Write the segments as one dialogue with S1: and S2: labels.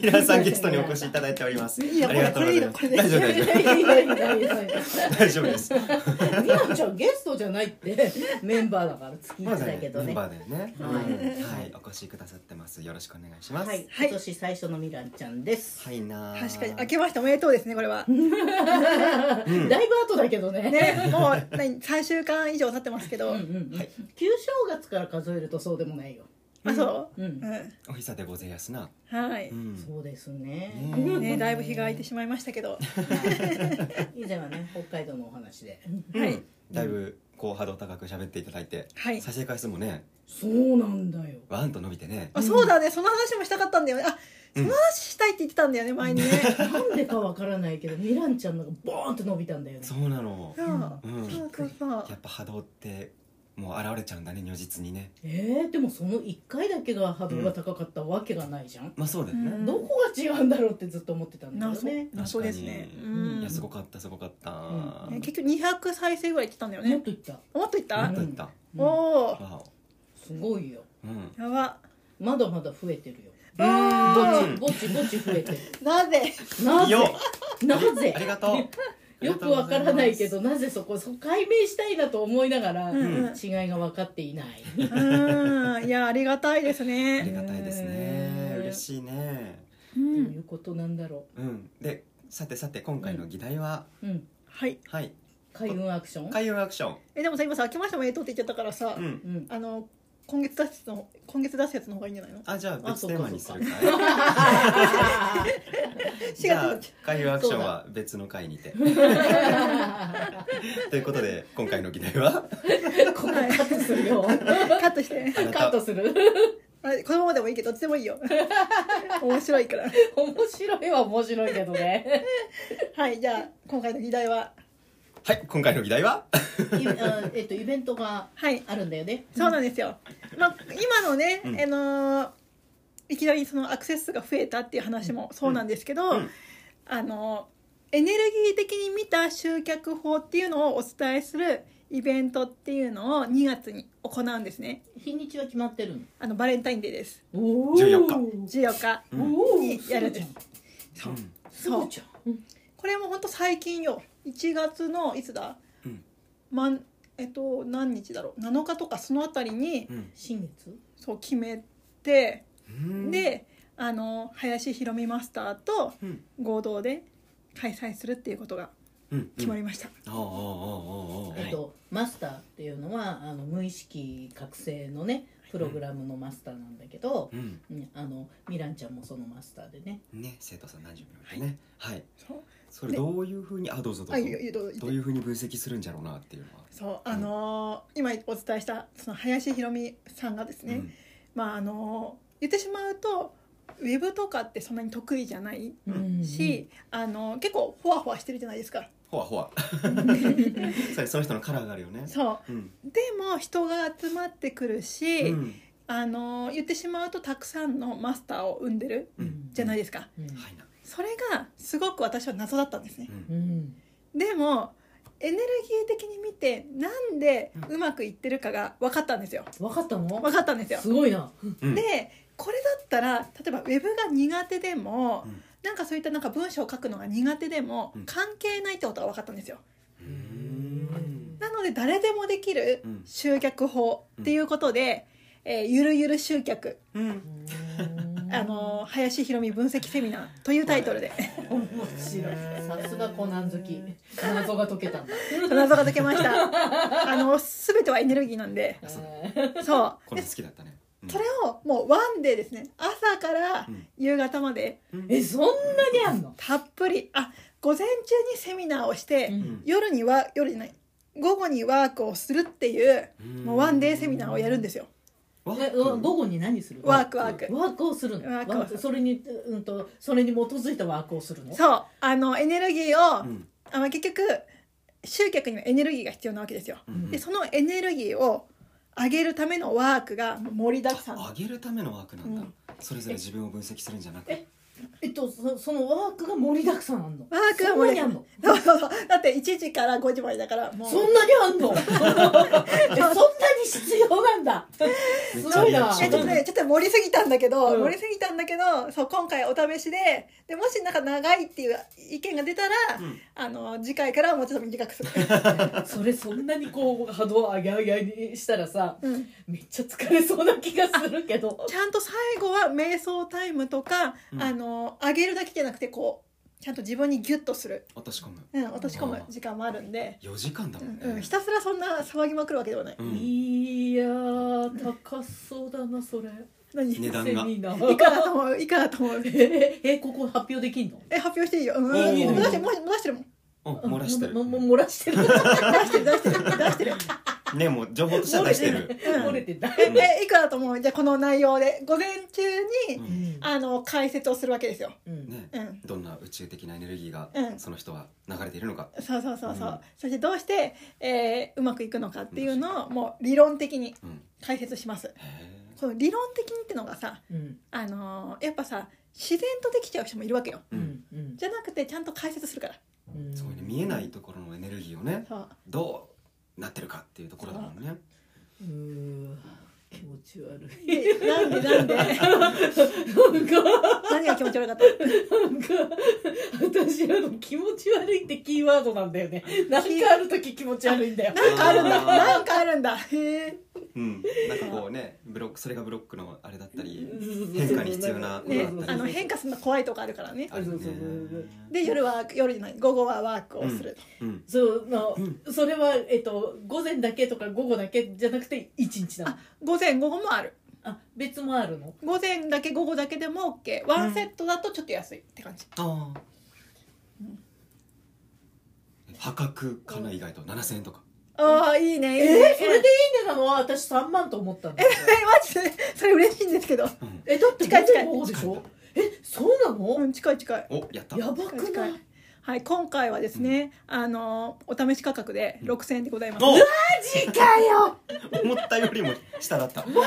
S1: 皆さんゲストにお越しいただいております
S2: いい
S1: あ
S2: の
S1: り
S2: こ
S1: が
S2: れ
S1: と
S2: こ
S1: うご
S2: れ
S1: ざ
S2: いい
S1: いま
S2: のこ
S1: す
S2: れで
S1: 大丈夫
S3: い
S1: です
S3: やいやいやいやいやいや
S1: 大丈夫です
S3: ミランちゃんゲストじゃない ってメンバーだから月
S1: ま
S3: 1
S1: だ
S3: だけど
S1: メン
S3: ね。
S1: バーだよね。
S3: はい
S1: はい、お越しくださってます。よろしくお願いします。
S3: はい、今年最初のミランちゃんです。
S1: はいなー。
S2: 確かに明けましておめでとうですねこれは。
S1: うん
S3: だいぶ後だけどね。
S2: ねもう何三週間以上経ってますけ
S3: うん
S2: ど
S3: うん。うん。旧正月から数えるとそうでもないよ。
S2: あそうう。
S3: ん
S2: う。
S1: おひさでごぜやすな。
S2: んはい。
S1: ん。
S3: そうですね。
S1: ね
S2: ねだいぶ日が空いてしまいましたけど。
S3: 以前はね北海道のお話で。
S1: うん
S2: はい
S1: だいぶこう波動高く喋っていただいて、
S2: はい
S1: 再生回数もね、
S3: そうなんだよ。
S1: わんと伸びてね。
S2: あそうだねその話もしたかったんだよね。あ
S1: う
S2: そ
S1: ん
S2: の話したいって言ってたんだよね前にね。
S3: なんでかわからないけどミランちゃんのがボーンと伸びたんだよね。
S1: そうなの
S2: そ。う
S1: うん。
S2: そうそうそう
S1: や。っぱ波動ってもう現れちゃうんだね、如実にね。
S3: えー、でもその1回だけが波動が高かったわけがないじゃん、
S1: まあそうだよね。
S2: うん
S3: どこが違うんだろうってずっと思ってたんだ
S2: な
S3: よ
S2: そう
S3: ね
S1: かに
S2: そうですね。う
S3: うん
S2: ん
S1: いやすごかったすごかった。
S3: うん
S2: ね結局二百再生ぐらい行ってたんだよ
S3: もっ
S2: ね。
S3: といった、
S2: もっといっ
S1: も
S2: た
S1: っ？といった。
S3: うん
S2: おお
S1: わ
S3: すごいよ
S1: お。うん。
S2: やば。
S3: まだまだ増えてるよ
S2: おー
S3: ぼちぼちぼち増えてる
S2: なぜ？
S3: なぜ
S1: よ。
S3: な
S1: あり
S3: ぜ
S1: がとう。
S3: よくわからないけ
S1: ど。
S3: どなぜそこそこ解明したいなと思いながら、
S2: うんうん
S3: 違いが分かっていない
S2: うんいやありがたいで
S1: あ
S2: す
S1: り
S2: ね。
S1: がたいですね
S3: ね。
S1: 嬉しいね。
S2: う
S3: どうんいうことなんだろ
S1: うん。で、さてさて今回の議題は、
S3: う、うん、
S2: はい。
S1: はい、
S3: 開運アクション、
S1: 海洋アクション。
S2: えでもさ今さ明けましておめでとうって言っちゃったからさ、
S1: うん
S3: う。ん、
S2: あの今月出すの今月出すやつの方がいいんじ ゃないの？
S1: あ、じゃあ
S3: あ
S1: 別
S3: そ
S1: テ
S3: っ
S1: ー
S3: か
S1: マにす
S3: そっ
S1: る
S3: か
S1: かい。じゃあ海洋アクションは別の回にて。 ということで今回の議題は、
S3: ここカットするよ
S2: カットして。
S1: あな
S3: カッ
S1: た
S3: トする
S2: あこのままでもいいけどどっちでもい いよ。面白いから。
S3: 面白いは面白いけどね
S2: はいじゃあ今回の議題は
S1: はい、今回の議題は、
S3: いあえっとイベン トが
S2: はい
S3: あるんだよね
S2: そうなんですよ。まあ今のね、
S1: うん
S2: あのーいきなりそのアクセス数が増えたっていう話もそうなんですけど、
S1: うん
S2: あのーエネルギー的に見た集客法っていうのをお伝えするイベントっていうのを2月に行うんですね。
S3: 日にちは決まってるの
S2: あのバレンタインデーです。
S3: お
S1: 14日
S2: 14日。
S1: う
S3: お
S1: ん
S3: お
S2: にやるんです
S1: うん
S3: そ
S2: そうう
S3: じゃん
S2: これも本当最近よ1月のいつだ、
S1: うん
S2: まんえっと何日だろう7日とかそのあたりに
S1: うん
S3: 新月
S2: そう決めて、
S1: うん、
S2: であの林ひろみマスターと
S1: うん、
S2: 合同で開催するっていうことが
S1: うん、
S2: 決ま
S1: り。
S2: りました、
S1: おーおーおーおーおー
S3: えっとマスターっていうのはあの無意識覚醒のねプログラムのマスターなんだけど、
S1: うん、
S3: うんあのミランちゃんもそのマスターでね
S1: ね、生徒さん何十秒ね、はい、
S2: そう
S1: それどういうふうに、あ、どうぞど
S2: あ
S1: う
S2: い
S1: ぞ
S2: いよ、いいよどうぞ
S1: どういうふうに分析するんじゃろうなっていうのは、
S2: そうあのー今お伝えしたその林ひろみさんがですね、
S1: うん
S2: まああのー言ってしまうとウェブとかってそんなに得意じゃないし、あのー結構ほわほわしてるじゃないですか
S1: ほわほわ。それその人のカラーがあるよね。
S2: そう
S1: うん。
S2: でも人が集まってくるし、
S1: うん
S2: あの言ってしまうとたくさんのマスターを生んでる
S1: うん
S2: じゃない
S1: で
S2: ですか、
S3: うん
S1: はいな。
S2: それがすごく私は謎だったんですね
S1: う、。
S3: うんん
S2: でもエネルギー的に見てなんでうまくいってるかが分かったんですよ
S3: 分かったの
S2: 分かったんですよ
S3: すごいな
S1: うん
S2: でこれだったら例えばウェブが苦手でも、
S1: うん
S2: なんかそういったなんか文章を書くのが苦手でも、
S1: うん
S2: 関係ないってことが分かったんですよ
S1: うん
S2: なので誰でもできる
S1: うん
S2: 集客法っていうことで、えーゆるゆる集客
S1: うん。
S2: あの林ひろみ分析セミナーというタイトルで
S3: 面白いさすがコナン好き謎が解け たんだ
S2: 謎が解けましたあの全てはエネルギーなんでそ
S1: こ
S2: う
S1: れ
S2: で
S1: 好きだったね。うん
S2: それをもうワンデーですね朝から
S1: うん
S2: 夕方まで
S1: うん
S3: えそんなにあんの
S2: たっぷりあ午前中にセミナーをして、
S1: ん
S2: 夜には夜じゃない午後にワークをするっていうもうワンデーセミナーをやるんですよ
S4: ワー
S3: え
S4: ク
S3: 午後に何する
S2: ワークワーク
S3: ワークをするの
S2: ワークをする
S3: ワークそれに、うん、とそれに基づいたワークをするの
S2: そうあのエネルギー
S4: う
S2: を、
S4: ん
S2: あの結局集客にはエネルギーが必要なわけですよ、
S4: うん
S2: でそのエネルギーを上げるためのワークが盛りだくさん
S4: 上げるためのワークなんだ、
S2: うん
S4: それぞれ自分を分析するんじゃなくて
S3: ええっとそそのワークが盛りだくさんあんの
S2: ワークが盛りだく
S3: そんなに
S2: そうそうそうだって1時から5時までだからも
S3: あ
S2: うん
S3: のそんなにあ んのえそんなに必要なんだ
S4: めっ
S3: す
S4: ちゃ
S3: ごい
S4: リア
S3: な
S4: クショ
S2: え
S4: ン
S2: ちょっとねちょっと盛りすぎたんだけど、
S3: うん
S2: 盛りすぎたんだけどそう今回お試しででもしなんか長いっていう意見が出たら、
S4: うん
S2: あの次回からはもうちょっと短くする、
S3: それそんなにこう波動を上げ上げにしたらさ
S2: うん
S3: めっちゃ疲れそうな気がするけど
S2: ちゃんと最後は瞑想タイムとか、
S4: うん
S2: あの上げるだけじゃなくてこうちゃんと自分にギュッとする、
S4: 落とし込む
S2: うん、落とし込む時間もあるんで、
S4: 4時間だ
S2: う
S4: もんね、
S2: んうん、ひたすらそんな騒ぎまくるわけではない、
S4: うん
S3: いやー高そうだなそれ
S2: 何
S4: 値
S2: い
S4: 段が
S3: セミナ
S2: くらだ
S3: ー
S2: と思ういくらだと思う
S3: え えここ発表できんの
S2: え発表していいよ、うん、もう
S4: い
S3: いよ
S2: 出してもう出してるもん
S4: お漏らしてる
S3: もも漏らしてる漏
S2: 出してる出してる出してる、
S4: ねもう情報としては出
S3: れ
S4: して
S3: て
S4: る
S3: ない漏れてない
S4: うん
S2: えいくらだと思うじゃあこの内容で午前中に、
S4: う
S3: うんん
S2: あの解説をするわけですよ
S3: うん
S4: ね
S2: うん
S4: どんな宇宙的なエネルギーが
S2: うん
S4: その人は流れているのか、
S2: そうそうそうそう、
S4: うん
S2: そしてどうして、えーうまくいくのかっていうのをもう理論的に
S4: うん
S2: 解説します
S4: へ
S2: この理論的にってのがさ、
S3: うん
S2: あのーやっぱさ自然とできちゃう人もいるわけよ
S4: え、う
S3: うんんうん
S2: じゃなくてちゃんと解説するから
S3: うん
S4: すごいね見えないところのエネルギーをね
S2: そう
S4: どうなってるかっていうところだもんね
S3: うーわ気持ち悪い
S2: えなんでなんで
S3: なんか
S2: 何が気持ち悪かった
S3: なんか私あの気持ち悪いってキーワードなんだよねなんかある時気持ち悪いんだよ
S2: なんかあるんだ
S4: あー
S2: なんかあるんだへえ
S4: うんなんかこうねブロックそれがブロックのあれだったり変
S3: 変
S4: 化に必要なことだ
S2: ね
S4: ったり
S2: あの変化するの怖いとこあるからね
S4: あるね
S3: そうそうそう
S2: で夜は夜じゃない午後はワークをする、
S4: うん
S3: そうの、
S4: う
S3: それは、えっと、午前だけとか午後だけじゃなくて一日なの
S2: 午前午後もある
S3: あ別もあるの
S2: 午前だけ午後だけでも OK ワンセットだとちょっと安いって感じ、
S4: ああ破格かな意外と7000円とか
S2: ああいいね
S3: え
S2: いいね
S3: それでいいねなのは私3万と思ったんだよ
S2: えマジでそれ嬉しいんですけど
S4: うん
S3: えだって
S2: 近い近い
S3: 午前午後でしょえそうな
S2: う
S3: の、
S2: ん近い近い
S4: おやった
S3: やば
S2: 近
S3: く
S2: い近
S3: ないい
S2: はい今回はですね、あのお試し価格で6000円でございます、
S4: お
S3: マジかよ
S4: 思ったよりも下だった
S3: マジマ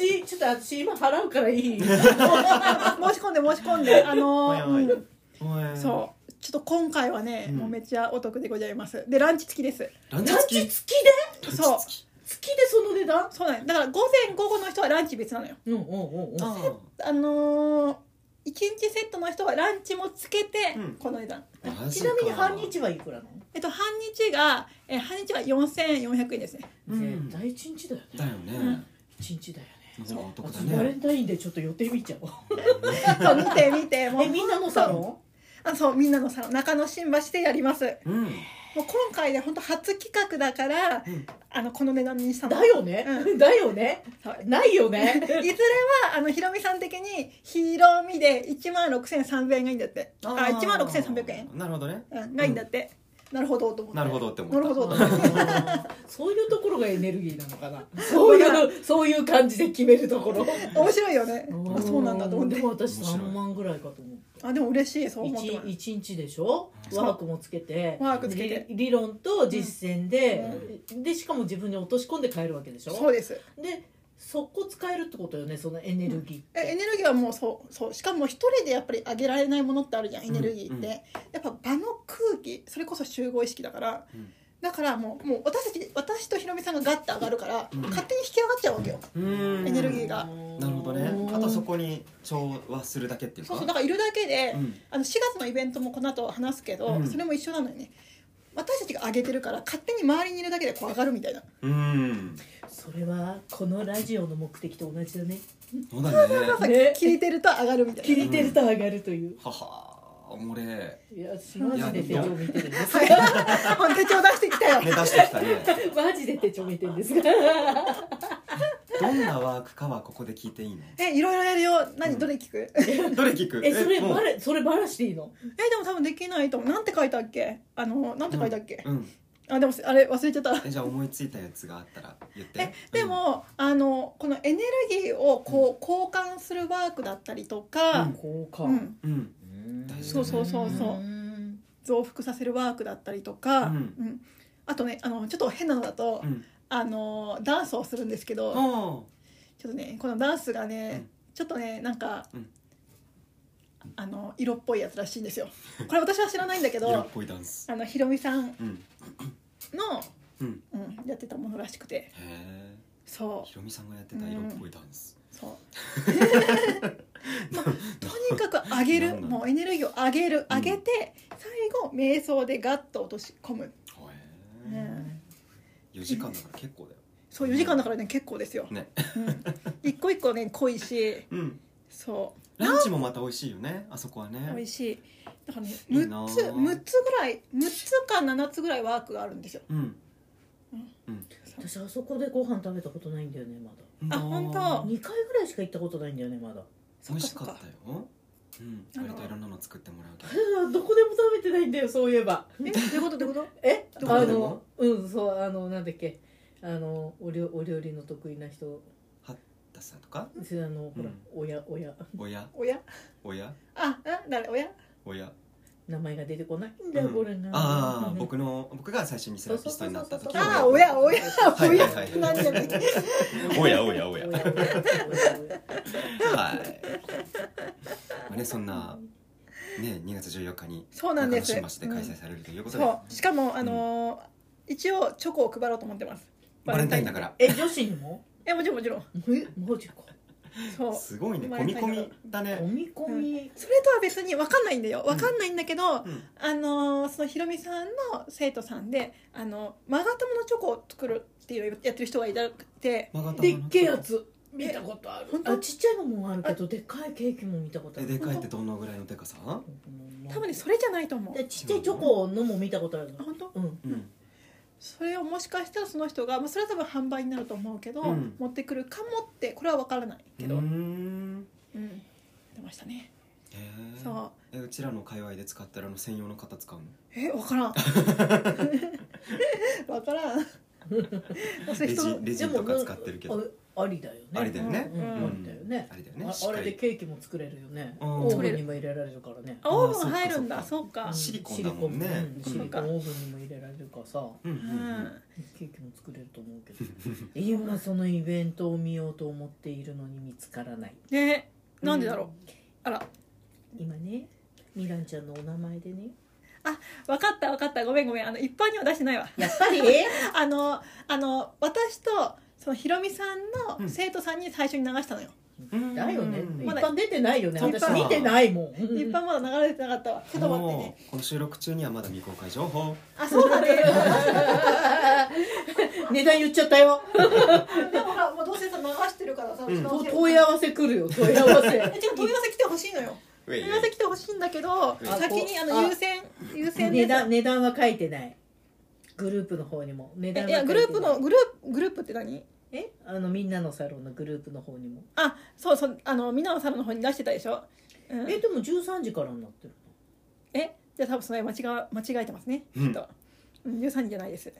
S3: ジちょっと私今払うからい い
S2: 申し込んで申し込ん であの
S4: おいおい
S2: うん
S4: おい
S2: そうちょっと今回はね、
S4: うん
S2: もうめっちゃお得でございますでランチ付きです
S4: ランチ
S3: ラン
S4: 付
S3: チ
S4: き
S3: 付きで
S2: そう
S3: 月でその値段
S2: そうなんだから午前午後の人はランチ別なのよ
S3: うんうんうんうん
S4: あ
S2: あのー1日セットの人はランチもつけて
S4: うん
S2: この値段、
S4: ーマジ
S3: ち
S4: か
S3: なみに半日はいくらなの
S2: えっと半日が、えー半日は4400 円ですね
S4: うん
S3: 絶対一日だよ
S4: だ
S3: ね
S4: よね
S3: 一日だよね
S4: もうお得だ
S3: バレ
S4: ね
S3: ンタインでちょっと予定見ちゃおう
S2: そう見て見てもう
S3: えみんなのサロ
S2: あそうみんなのさ中野新橋でやりますもう
S4: うん
S2: 今回で本当初企画だから、
S4: うん
S2: あのこの値段にした
S3: ン
S2: の
S3: だよね、
S2: う
S3: だよね
S2: そう
S3: ないよ
S2: い ず
S3: ね
S2: れはあのひろみさん的にひろみで1万6300円がいいんだってあ
S4: ー
S2: 1万6300円、
S4: なるほどね
S2: うん、がいいんだって、なるほどと思って
S4: なるほどって思った
S2: なるほどと思って
S3: そういうところがエネルギーなのか なそういうそういう感じで決めるところ
S2: 面白いよねあそうなんだと思っ
S3: で
S2: て
S3: も私
S4: 面白い
S3: 3万ぐらいかと思って
S2: あでも嬉しいそう思ってもらえる
S3: 1, 日でしょ
S4: そう
S3: ワークもつけて
S2: ワークつけて
S3: 理理論と実践で、でしかも自分に落とし込んで帰るわけでしょ
S2: そうです
S3: でそこ使えるってことよねそのエネルギーっ
S2: えエ
S3: て、
S2: ネルギーはもうそうそうしかも一人でやっぱり上げられないものってあるじゃんエネルギ
S4: う
S2: ーって、
S4: んうん
S2: やっぱ場の空気それこそ集合意識だから、
S4: うん
S2: だからもうもう私たち私とひろみさんがガッて上がるから、
S4: うん
S2: 勝手に引き上がっちゃうわけよ、
S4: うん
S2: エネルギーが
S4: なるほどねあとそ
S3: こ
S4: こに調和するだけっていうか
S2: そうそうだからいるだけで、
S4: うん
S2: あの4月のイベントもこの後話すけど、
S4: うん
S2: それも一緒なのよね私たちが上げてるから勝手に周りにいるだけでこう上がるみたいな
S4: うん
S3: それはこのラジオの目的と同じだね
S4: そうだね
S2: なんか
S3: ね
S2: 聞いてると上がるみたいな、
S3: 聞いてると上がるという、
S4: はは
S1: おもれ
S3: いやマジで手帳見てるんです
S2: ほんと手帳出してきたよ
S1: え、ね、出してきたね
S3: マジで手帳見てるんですか
S1: どんなワークかはここで聞いていいの
S2: えいろいろやるよ何
S1: うん
S2: どれ聞く、え
S1: どれ聞く
S3: えそれ
S1: もう
S3: バレそれバラしていいの
S2: でも多分できないと思うなんて書いたっけあのなんて書いたっけ、
S1: うん
S2: あでもあれ忘れちゃった
S1: えじゃあ思いついたやつがあったら言って
S2: えで、も、あのこのエネルギーをこう交換するワークだったりとか、
S3: 交
S2: うん
S3: 換
S1: うんうん、
S3: うん
S1: そうそうそう
S2: そう
S3: うん
S2: 増幅させるワークだったりとか、
S1: うん
S2: あとねあのちょっと変なのだと、
S1: うん
S2: あのダンスをするんですけど、
S1: おー
S2: ちょっとねこのダンスがね、ちょっとねなんか、
S1: うん
S2: あの色っぽいやつらしいんですよ。これ私は知らないんだけ
S1: 色っ
S2: ど
S1: ぽいダンス
S2: あのひろみさん
S1: うん
S2: の、
S1: うん
S2: うん、やってたものらしくて
S1: へえ
S2: そう
S1: ひろみさんがやってた色っぽいダンス、
S2: そうまあとにかく上げ
S1: な
S2: る
S1: んだ
S2: もうエネルギーを上げる
S1: うん
S2: 上げて、最後瞑想でガッと落とし込む、
S1: へえ
S2: ね
S1: 4時間だから結構だよ
S2: そう4時間だからね結構ですよ、
S1: ね
S2: うん、一個一個ね濃いし
S1: うん
S2: そう
S1: ランチもまた美味しいよねあそこはね
S2: 美味しいだからね
S1: いいな
S2: 6つ6つぐらい6つか7つぐらいワークがあるんですよ
S1: うん
S3: 私あそこでご飯食べたことないんだよねまだ
S2: あほんと
S3: 2回ぐらいしか行ったことないんだよねまだ
S1: 美
S2: そ
S1: 味
S2: っか
S1: し
S2: そ
S1: か
S2: っ
S1: った
S2: か
S1: ようん
S2: あ
S1: 割
S2: の
S1: といろんなの作ってもらうけ
S3: どこでも食べてないんだよそういえば
S2: えどういうことどういうこと
S3: え
S2: ど
S1: こ
S3: あ
S1: でも
S3: のうんそうあのなんだっけあのお料お料理の得意な人
S1: ど出したとか
S3: あのほら、
S1: うん
S3: 親親
S1: 親
S2: 親
S1: 親
S2: ああ誰親
S1: 親
S3: 名前が出てこないんだよ、
S1: うん
S3: これが
S1: ああ
S3: うん
S1: 僕の僕が最初にセラピストになった時
S3: そうそう
S2: あ
S3: そう
S2: あ
S3: そう
S2: 親親
S1: はいはいはい
S2: 親 なんじ ゃない
S1: おやおやおや
S3: おやおや
S1: はいまあねそんなね2月14日に
S2: そうな
S1: 中
S2: ん
S1: 野
S2: です
S1: 新橋で開催されるということで
S2: そうしかもあのー一応チョコを配ろうと思ってます
S1: バレンタインだから
S3: え女子にも
S2: えもちろんもちろん
S3: えマジか
S2: そう
S1: すごいね
S2: バ
S1: 込
S2: レ
S1: み
S2: ンタイ
S1: 込
S2: ンだ
S1: みだね
S3: 込み込み、
S2: それとは別に分かんないんだよ分かんないんだけど、
S1: うん
S2: あのーそのひろみさんの生徒さんであのマガ友のチョコを作るっていうのをやってる人がいたくて
S1: 曲がった
S3: でっけえやつ見たことある
S2: 本当
S3: あちっちゃいのもあるけどでっかいケーキも見たことあ
S1: で
S3: る
S1: でかいってどのぐらいのでかさ
S2: 多分ねそれじゃないと思う
S3: でちっちゃいチョコのも見たことあるの
S2: あ本当
S3: うん
S1: うん
S2: それをもしかしたらその人が、まあ、それは多分販売になると思うけど、
S1: うん
S2: 持ってくるかもってこれは分からないけど、
S1: う
S2: う
S1: ー
S2: ん
S1: ん
S2: 出ましたね、
S1: へえ
S2: そう
S1: えうちらの界隈で使ってるあの専用の型使うの
S2: え分からん分からんそ
S1: レ
S2: れ人
S1: ジ
S2: の
S1: レジとか使ってるけど
S3: あありだよね
S1: ありだよね
S3: うん
S2: うん
S3: ありだよね
S1: あれだよ
S3: あ
S1: ねしっ
S3: あ
S1: か
S3: れで
S1: り
S3: ケーキも作れるよね
S1: うん
S3: オー
S2: 作
S3: ブ
S2: れ
S3: ン
S2: る
S3: にも入れられるからね
S2: あオーブン入るん
S1: あ
S2: だ
S1: そ
S2: そうか
S3: うん
S1: シリコンだもんね
S3: シリコンうんシリコン
S2: う
S3: オーブンにも入れられるからさ
S1: うんう
S2: うん
S1: うん
S2: ん
S3: ケーキも作れると思うけど今そのイベントを見ようと思っているのに見つからない
S2: ねなんでだろう、あら
S3: 今ねミランちゃんのお名前でね
S2: 分かった分かったごめんごめんあの一般には出してない わ
S3: やっぱり
S2: あのあの私とそのひろみさんの生徒さんに最初に流したのよ、
S1: うん
S3: だよね
S1: うん
S3: 一般出てないよね
S2: そう
S3: 私見てないもん
S2: 一般まだ流れてなかったわちょっと待ってね
S1: もうこの収録中にはまだ未公開情報
S2: あそうだ ね
S3: 値段言っちゃったよ
S2: でもほらもうどうせさ流してるからさ、
S1: うん
S2: うちの
S3: と
S2: 生徒
S3: 問い合わせ来るよ問い合わせ
S2: えちょっと問い合わせ来てほしいのよ
S1: ウェ
S2: 問い合わせ来てほしいんだけど
S1: あ
S2: 先にあ
S3: あ
S2: の優先優先で
S3: 値段値段は書いてないグループの方にも値段
S2: え
S3: はい書いてな
S2: や
S3: い
S2: グループのグループグループって何
S3: えあのみんなのサロンのグループの方にも
S2: あそうそうあのみなおさんの方に出してたでしょ、うん
S3: えでも13時からになってる
S2: えじゃあ多分それ間違間違えてますね
S1: うん
S2: きっと、うん、13時じゃないです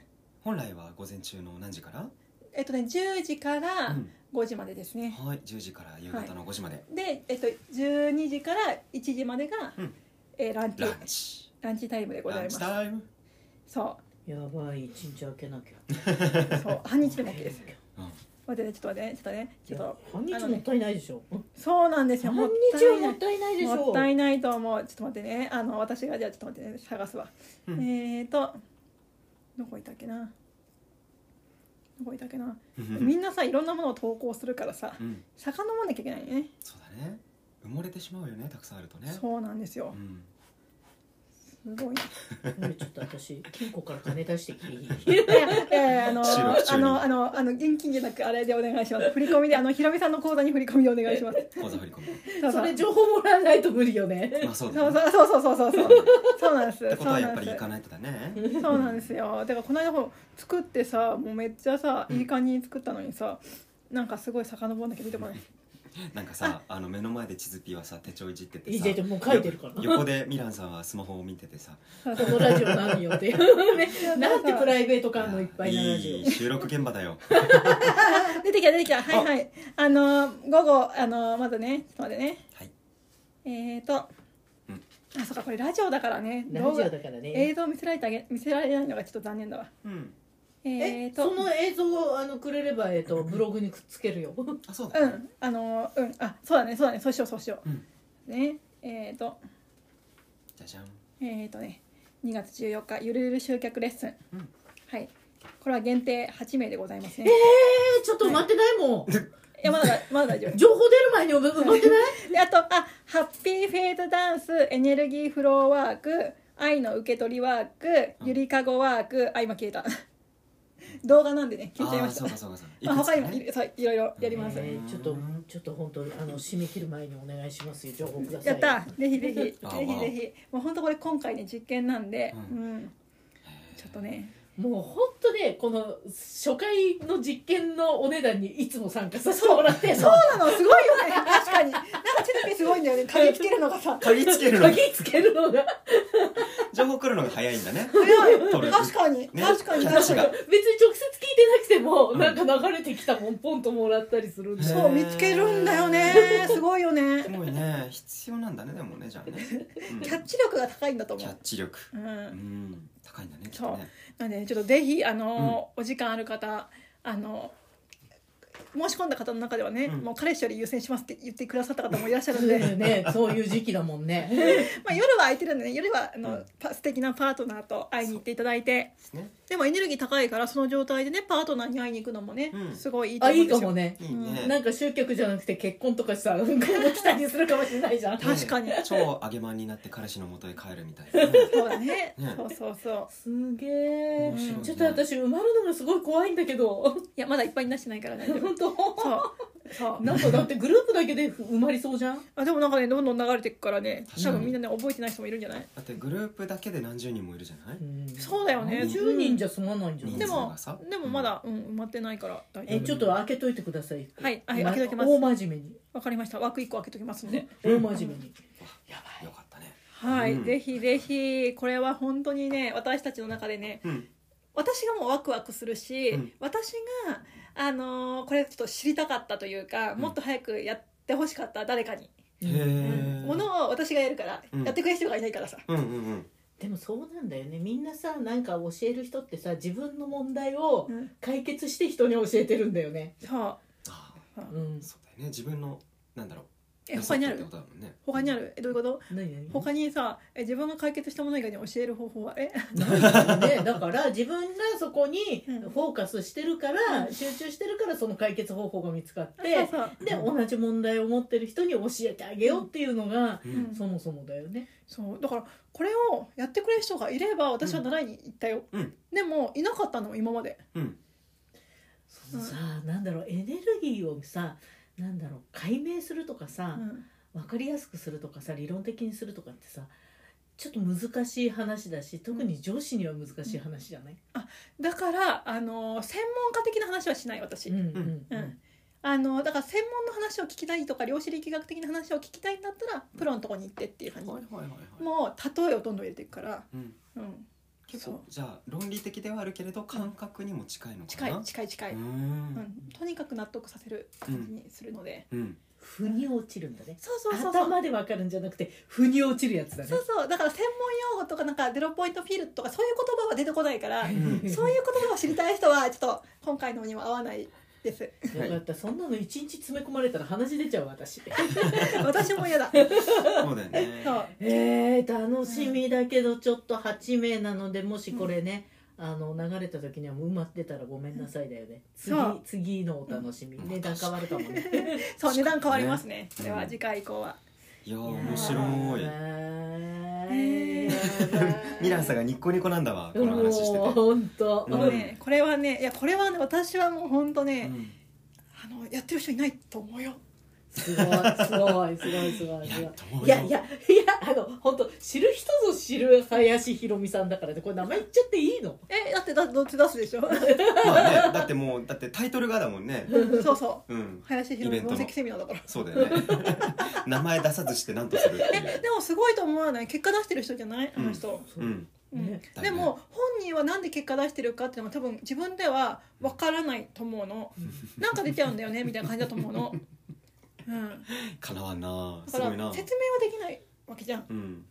S1: 本来は午前中の何時から
S2: えっとね10時から
S1: うん
S2: 5時までですね、
S1: はい10時から夕方の5時まで
S2: で、えっと、12時から1時までが、
S1: うん
S2: えーランチ
S1: ランチ
S2: ランチタイムでござ
S1: ラ
S2: い
S1: ン
S2: ま
S1: チ
S2: す
S1: タイム
S2: そ
S3: やばい一日開けなきゃ
S2: うそう半日でも OK です
S1: うん
S2: 待ってねちょっと待ってねちょっとねちょっと
S3: 半日もったいないでしょ
S2: そうなんですよ
S3: 半
S2: もっ
S3: 日
S2: た
S3: はいも
S2: な
S3: っ
S2: い
S3: たいないでしょ
S2: もったいないと思うちょっと待ってねあの私がじゃあちょっと待ってね探すわ、
S1: うん
S2: えーとどこいたっけなどこいたっけなみんなさいろんなものを投稿するからさ
S1: うん
S2: 遡んなきゃいけないよね
S1: そうだね埋もれてしまうよねたくさんあるとね
S2: そうなんですよ
S1: うん
S2: ごいな
S3: ねちょっと私金庫から金出してきていい
S2: いやいやいやあの
S1: 収録中
S2: あ
S1: に
S2: のあのあの現金じゃなくあれでお願いします振り込みであのひろみさんの口座に振り込みでお願いします
S1: 口座振り込 み
S2: そう
S3: そ
S2: そう
S3: れ情報もらわないと無理よね
S1: まあそうだ
S2: そ
S1: よ
S2: う
S1: ね
S2: そうそうそうそうそうそうそうなんです
S1: って
S2: そ
S1: こ
S2: う
S1: とは
S2: な
S1: やっ
S2: ん
S1: ぱり
S2: で
S1: 行
S2: す
S1: かないとだね
S2: そうなんですよだからこの間ほら作ってさもうめっちゃさいい感じに作ったのにさなんかすごい遡んなきゃ出てこない
S1: なんかさあの目の前で地図ピーはさ手帳いじってて
S3: い
S1: さ
S3: じってもう書いてるから
S1: よ横でミランさんはスマホを見ててさ
S2: そうそ
S3: こ
S2: う
S3: のラジオ何よっていうね なんてプライベート感のいっぱいなラジ
S1: いい収録現場だよ
S2: 出てきた出てきたはいはいあの午後あのまずねちょっと待ってね
S1: はい
S2: えーと、
S1: うん
S2: あそうかこれラジオだからね
S3: オ
S2: 動
S3: ラジ
S2: 画
S3: オだから
S2: 映
S3: ね
S2: 像見せられてあげ見せられないのがちょっと残念だわ
S1: うん
S2: え
S3: え
S2: ーと
S3: その映像をあのくれればえっとブログにくっつける よ
S1: あそうだ
S2: う
S1: ね
S2: んあのうんあそうだねそうだねそうしようそうしよ
S1: うん
S2: うねえーと
S1: じゃじゃん
S2: えーとね2月14日ゆるゆる集客レッスン、
S1: うん
S2: はいこれは限定8名でございますね
S3: えちょっと埋まってないもん
S2: いやまだまだ大丈夫
S3: 情報出る前に埋まってない
S2: であとあハッピーフェイトダンスエネルギーフローワーク愛の受け取りワークゆりかごワークあ今消えた 動画なんでね消えちゃい
S1: あ
S2: ま
S1: ー
S2: した
S1: そうかそうかそうか
S2: まあ、他にも
S1: いくつかね
S2: いそういろいろやります、
S3: えーちょっとちょっと本当あの締め切る前にお願いしますよ情報ください
S2: やったぜひぜひぜ
S1: あ
S2: ひぜひもう本当これ今回ね実験なんで、う
S1: うん
S2: ちょっとね
S3: もう本当ねこの初回の実験のお値段にいつも参加させてもらってんの
S2: そうなのすごいよね確かになんかチェルピすごいんだよね鍵つけるのがさ
S1: 鍵つけるの
S3: 鍵つけるのが
S1: 情報来るのが早いんだね取る
S2: 確かに、
S1: ね
S2: 確かに
S1: 価値
S2: 確
S1: が
S3: 別
S2: か
S3: に直接聞いてなくても、
S1: うん
S3: なんか流れてきたもんポンともらったりするんで
S2: に
S1: へ
S2: そう見つけるんだよねすごいよね
S1: すごいね必要なんだねでもねじゃあねうん
S2: キャッチ力が高いんだと
S1: キ
S2: 思
S1: ャッ
S2: う、
S1: チ力
S2: う、
S1: うんん高いんだねきっとね
S2: なんでちょっとぜひあの、お時間ある方あの申し込んだ方の中ではね、
S1: うん
S2: もう彼氏より優先しますって言ってくださった方もいらっしゃるんで
S3: ねそういう時期だもんね
S2: まあ夜は空いてるんでね夜はあの、
S1: うん
S2: パ素敵なパートナーと会いに行っていただいて
S1: ですね
S2: でもエネルギー高いからその状態でねパートナーに会いに行くのもね、
S1: うん
S2: すごいいいと
S3: あ
S2: 思う
S3: いい
S2: んで
S3: か
S2: すよ
S3: もね
S1: いいね
S3: なんか集客じゃなくて結婚とかさ今後期待するかもしれないじゃん
S2: た確かに
S1: ね超揚げまんになって彼氏の元へ帰るみたいなね
S2: そうだね
S1: ね
S2: そうそう そう
S3: すげえ、
S1: 面白いね
S3: ちょっと私埋まるのがすごい怖いんだけど
S2: いやまだいっぱいになしてないから大丈 夫
S3: 本当
S2: そうそ う
S3: なんかだってグループだけで埋まりそうじゃん
S2: あでもなんかねどんどん流れていくからね
S1: 確
S2: 多
S1: かに
S2: 分みんなね覚えてない人もいるんじゃない
S1: だってグループだけで何十人もいるじゃない
S2: そうだよね
S3: 何十人じゃ済まないんじゃない、
S1: 人
S2: で
S1: 数
S2: も
S1: がさ
S2: でもまだ、うん、埋まってないから大丈
S3: え
S2: 夫
S3: ちょっと開けといてください
S2: はいはい
S3: ま
S2: 開けときます
S3: 大真面目に
S2: わかりました枠1個開けときますんで
S3: 大真面目に、やば
S1: よ
S3: い
S1: かったね
S2: はい、
S1: うん
S2: ぜひぜひこれは本当にね私たちの中でね
S1: うん
S2: 私がもうワクワクするし、
S1: うん
S2: 私が、あのーこれちょっと知りたかったというか、
S1: うん
S2: もっと早くやってほしかった誰かに、
S1: へ
S2: う
S1: え
S2: んものを私がやるから、
S1: うん
S2: やってくれる人がいないからさ、
S1: うんうんうん
S3: でもそうなんだよねみんなさなんか教える人ってさ自分の問題を
S2: うん
S3: 解決して人に教えてるんだよね、
S2: そう
S1: あ
S3: うん
S1: あ、そうだよね自分のなんだろう
S2: え他にあ
S1: 良
S2: る
S1: さってことだもんね
S2: 他にあるえどういうこと
S3: 何何
S2: 他にさえ自分が解決したもの以外に教える方法はえ
S3: ね、だから自分がそこに
S2: うん
S3: フォーカスしてるから、
S2: うん
S3: 集中してるからその解決方法が見つかっ
S2: そう
S3: て、
S2: そう
S3: で同じ問題を持ってる人に教えてあげようっていうのが、
S1: う
S2: うん
S1: ん
S3: そもそもだよね。
S2: そうだからこれをやってくれる人がいれば私は習いに行ったよ、
S1: うん
S2: でもいなかったの今まで
S1: うん
S3: そのさなんだろうエネルギーをさなんだろう解明するとかさ、分かりやすくするとかさ理論的にするとかってさちょっと難しい話だし特に上司には難しい話じゃない、
S2: だからあの専門家的な話はしない私、
S3: うん
S2: うんあのだから専門の話を聞きたいとか量子力学的な話を聞きたいんだったらプロのとこに行ってっていう感じ、
S1: はいはいはいはい
S2: もう例えをどんどん入れていくから、
S1: うん
S2: うん、
S1: 結
S2: そう
S1: 構じゃあ論理的ではあるけれど感覚にも近いのか
S2: 近い
S1: な
S2: 近い近い、
S1: う
S2: うんんとにかく納得させる感じにするので、
S1: うん
S3: 腑に落ちるんだね
S2: そうそうそうそう
S3: 頭で分かるんじゃなくて腑に落ちるやつだね
S2: そうそうだから専門用語とかなんかゼロポイントフィールドとかそういう言葉は出てこないから
S1: ん
S2: そういう言葉を知りたい人はちょっと今回のには合わない です
S3: よかったそんなの一日詰め込まれたら話出ちゃう 私
S2: 私も 嫌だ
S1: そうだよね
S2: そう
S3: えー、楽しみだけどちょっと8名なのでもしこれね、あの流れた時にはもう埋まってたらごめんなさいだよね、
S2: そう
S3: 次次のお楽しみ、
S1: うん
S3: 値段変わるかもね
S2: そう値段変わりますね
S1: うん
S2: では次回以降はい
S1: やー
S3: いやー
S1: 面白い
S3: ね
S2: え
S3: ー
S1: ミランさんがニッコニコなんだわこの話して
S3: もう
S1: て、
S3: 本当、
S2: もうねこれはねいやこれはね私はもう本当
S1: う
S2: ね、
S1: ん
S2: あのやってる人いないと思うよ
S3: すごいすごいすごいすごい
S1: い
S3: すごい
S1: やどうよ
S3: いやいやいやあの本当知る人ぞ知る林博美さんだからねこれ名前言っちゃっていいの
S2: えだってだどっち出すでしょ
S1: まあねだってもうだってタイトルがだもんね
S2: そうそう
S1: うん
S2: 林博
S1: イベ
S2: 美
S1: ントの
S2: 分析セミナーだから
S1: そうだよね 名前出さずして何とするっていう
S2: でもすごいと思わない結果出してる人じゃないあの人、
S1: うん
S2: うん
S3: ね
S2: で
S1: だよ
S2: も本人はなんで結果出してるかっていうのは多分自分では分からないと 思うのなんか出ちゃうんだよねみたいな感じだと思うの、うん、
S1: かなわんな
S2: だ
S1: す
S2: か
S1: ご
S2: ら
S1: い
S2: 説明
S1: な
S2: はできないわけじゃん
S1: うん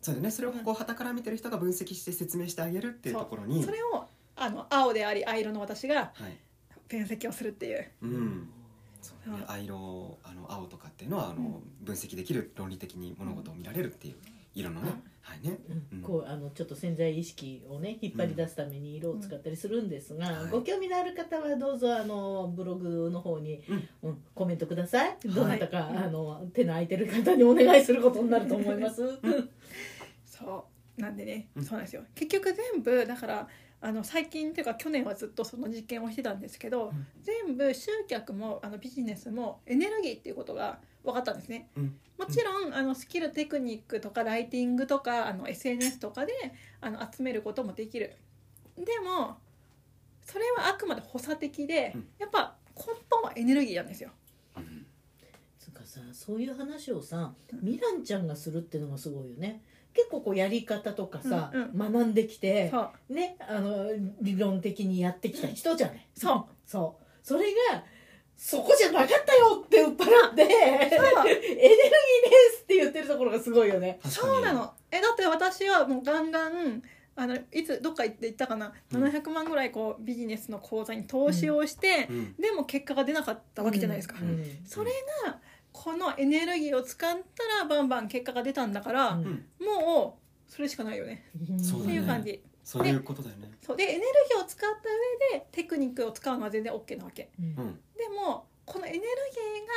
S1: そうだねそれをこう傍から見てる人が分析して説明してあげるっていうところに
S2: それをあの青であり藍色の私が
S1: はい
S2: 分析をするっていう
S1: うんそうだね
S2: はい
S1: 藍色あの青とかっていうのはあの分析できる論理的に物事を見られるっていう色のね
S2: うん
S1: はいね
S3: うんこうあのちょっと潜在意識をね引っ張り出すために色を使ったりするんですが、
S1: うん
S3: ご興味のある方はどうぞあのブログの方に、
S1: うん
S3: うんコメントくださいどなたか、
S2: はい
S3: あの手の空いてる方にお願いすることになると思います。
S2: そうなんでね、
S1: うん
S2: そうなんですよ結局全部だからあの最近っていうか去年はずっとその実験をしてたんですけ
S1: う
S2: ど、
S1: ん
S2: 全部集客もあのビジネスもエネルギーっていうことが分かったんですね、
S1: うん
S2: もちろんあのスキルテクニックとかライティングとかあの SNS とかであの集めることもできるでもそれはあくまで補佐的で、
S1: うん
S2: やっぱ根本はエネルギーなんですよ
S1: うん
S3: つうかさそういう話をさミランちゃんがするっていうのがすごいよね。結構こうやり方とかさ、
S2: うん
S3: 学んできて
S2: そう
S3: ねあの理論的にやってきた人じゃない。
S2: そう
S3: そうそれがそこじゃなかったよって売っ払って
S2: そう
S3: エネルギーですって言ってるところがすごいよね。
S1: 確かに
S2: そうなのえだって私はもうガンガンあのいつどっか行って行ったかな、
S1: うん
S2: 700万ぐらいこうビジネスの口座に投資をして
S1: う、ん
S2: でも結果が出なかったわけじゃないですか、
S3: うんうん
S2: それがこのエネルギーを使ったらバンバン結果が出たんだから、
S3: う
S1: うん
S2: もうそれしかないよね
S3: ん
S1: そう
S2: っ
S1: だ
S2: て
S1: ね
S2: いう感じ
S1: そういうことだよね
S2: そうでエネルギーを使った上でテクニックを使うのは全然 OK なわけ
S3: うん
S1: うん
S2: でもこのエネルギ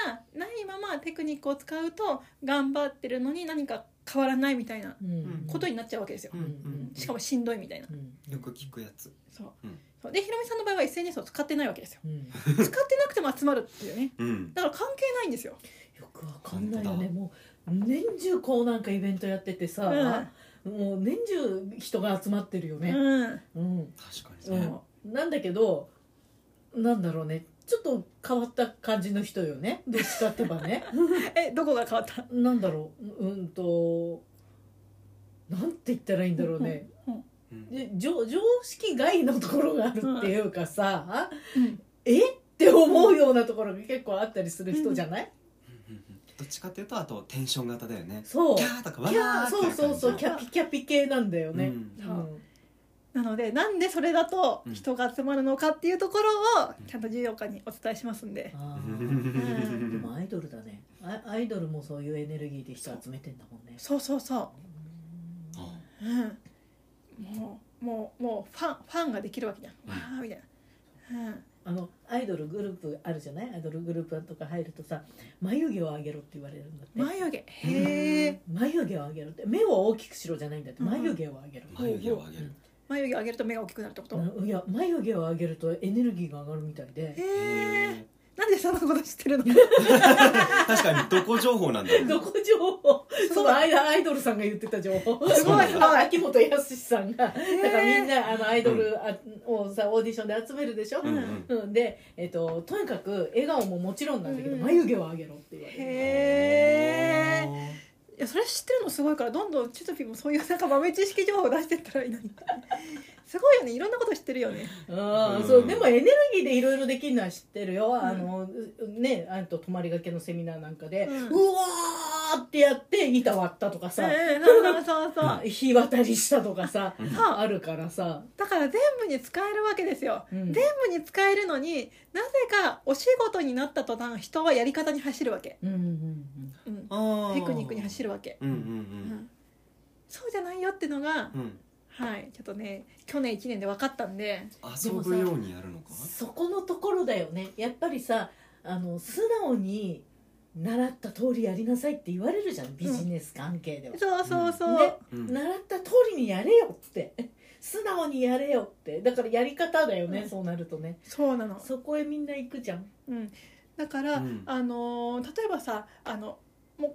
S2: ーがないままテクニックを使うと頑張ってるのに何か変わらないみたいな
S3: うん
S2: ことになっちゃうわけですよ
S1: うんうん
S2: しかもしんどいみたいな
S3: うん
S1: よく聞くやつ
S2: そう,、
S1: うん
S2: そうでひろみさんの場合は SNS を使ってないわ けですよ
S3: うん
S2: 使ってなくても集まるっていうね
S1: うん
S2: だから関係ないんですよ、
S3: よくわかんないよ
S1: 本当
S3: ね
S1: だ
S3: もう年中こうなんかイベントやってて
S2: うん
S3: さ、もう年中人が集まってるよね、
S2: うん
S3: うん
S1: 確か
S3: う
S1: にね
S3: んなんだけどなんだろうねちょっと変わった感じの人よねどっちかって言えば ね
S2: えどこが変わった
S3: なんだろうううんとなんて言ったらいいんだろうね、
S2: うん
S1: うん
S3: で常常識外のところがあるっていうかさ、
S2: うん
S3: えって思うようなところが結構あったりする人じゃない、
S1: うんうんどっちかっていうとあとテンション型だよね
S3: そう
S1: キャーとかわ
S3: キャ
S1: ー
S3: ー
S1: って
S3: そうそうそう
S1: なる感じ
S3: キャピキャピ系なんだよね、
S1: うん
S3: うん
S2: なのでなんでそれだと
S1: うん
S2: 人が集まるのかっていうところをちゃんと14日にお伝えしますんで、
S3: あーでもアイドルだねアアイドルもそういうエネルギーで人集めてんだもんね
S2: そうそうそ
S1: あ
S2: う、うん、もうもうもうファンファンができるわけじゃんわーみたいな、うん、
S3: あのアイドルグループあるじゃないアイドルグループとか入るとさ眉毛を上げろって言われるんだって
S2: 眉毛へえ
S3: 眉毛を上げろって目を大きくしろじゃないんだって
S2: うんうん
S3: 眉毛を上げろ、
S1: 眉毛を上げ
S3: う
S1: る
S3: ん
S2: 眉毛上げると目が大きくなるってこと、
S3: うんいや眉毛を上げるとエネルギーが上がるみたい
S2: へ
S3: で
S2: えなんでそんなこと知ってるの
S1: 確かにどこ情報なんだろう
S3: どこ情報
S2: すごい
S3: その間アイドルさんが言ってた情報
S1: す ごい
S2: すごい
S3: 秋元康さんがだからみんなあのアイドル
S1: う
S3: あをさオーディションで集めるでしょ、
S1: うんうん
S3: うん、で、えっととにかく笑顔ももちろんなんだけど、
S2: うん
S3: 眉毛を上げろって言われる
S2: へえいやそれ知ってるのすごいからどんどんチュトピもそういうなんか豆知識情報を出してったらいいのに すごいよねいろんなこと知ってるよね
S3: あ
S1: う
S3: ー
S1: ん
S3: そうでもエネルギーでいろいろできるのは知ってるよ、あのねあと泊まりがけのセミナーなんかで、
S2: う
S3: うんわーってやって板割ったとかさ、
S2: ええそうそうそう そう
S3: 日渡りしたとかさ、
S1: うん
S3: あるからさ、
S2: だから全部に使えるわけですよ
S3: うん
S2: 全部に使えるのになぜかお仕事になった途端人はやり方に走るわけ、
S3: うんうんうん
S2: うん、
S1: テ
S2: テクニックに走るわけ、
S1: うんう
S2: うんん、そうじゃないよってのが
S1: うんうん
S2: はいちょっとね去年1年で分かったんで
S1: 遊ぶようにやるのか
S3: そこのところだよねやっぱりさあの素直に習った通りやりなさいって言われるじゃんビジネス関係では、
S2: そうそうそう、
S3: ね
S1: うん
S3: 習った通りにやれよって 素直にやれよってだからやり方だよね、
S2: うん
S3: そうなるとね
S2: そうなの、
S3: そこへみんな行くじゃん
S2: うん、だから、
S1: うん
S2: あのー例えばさあのもう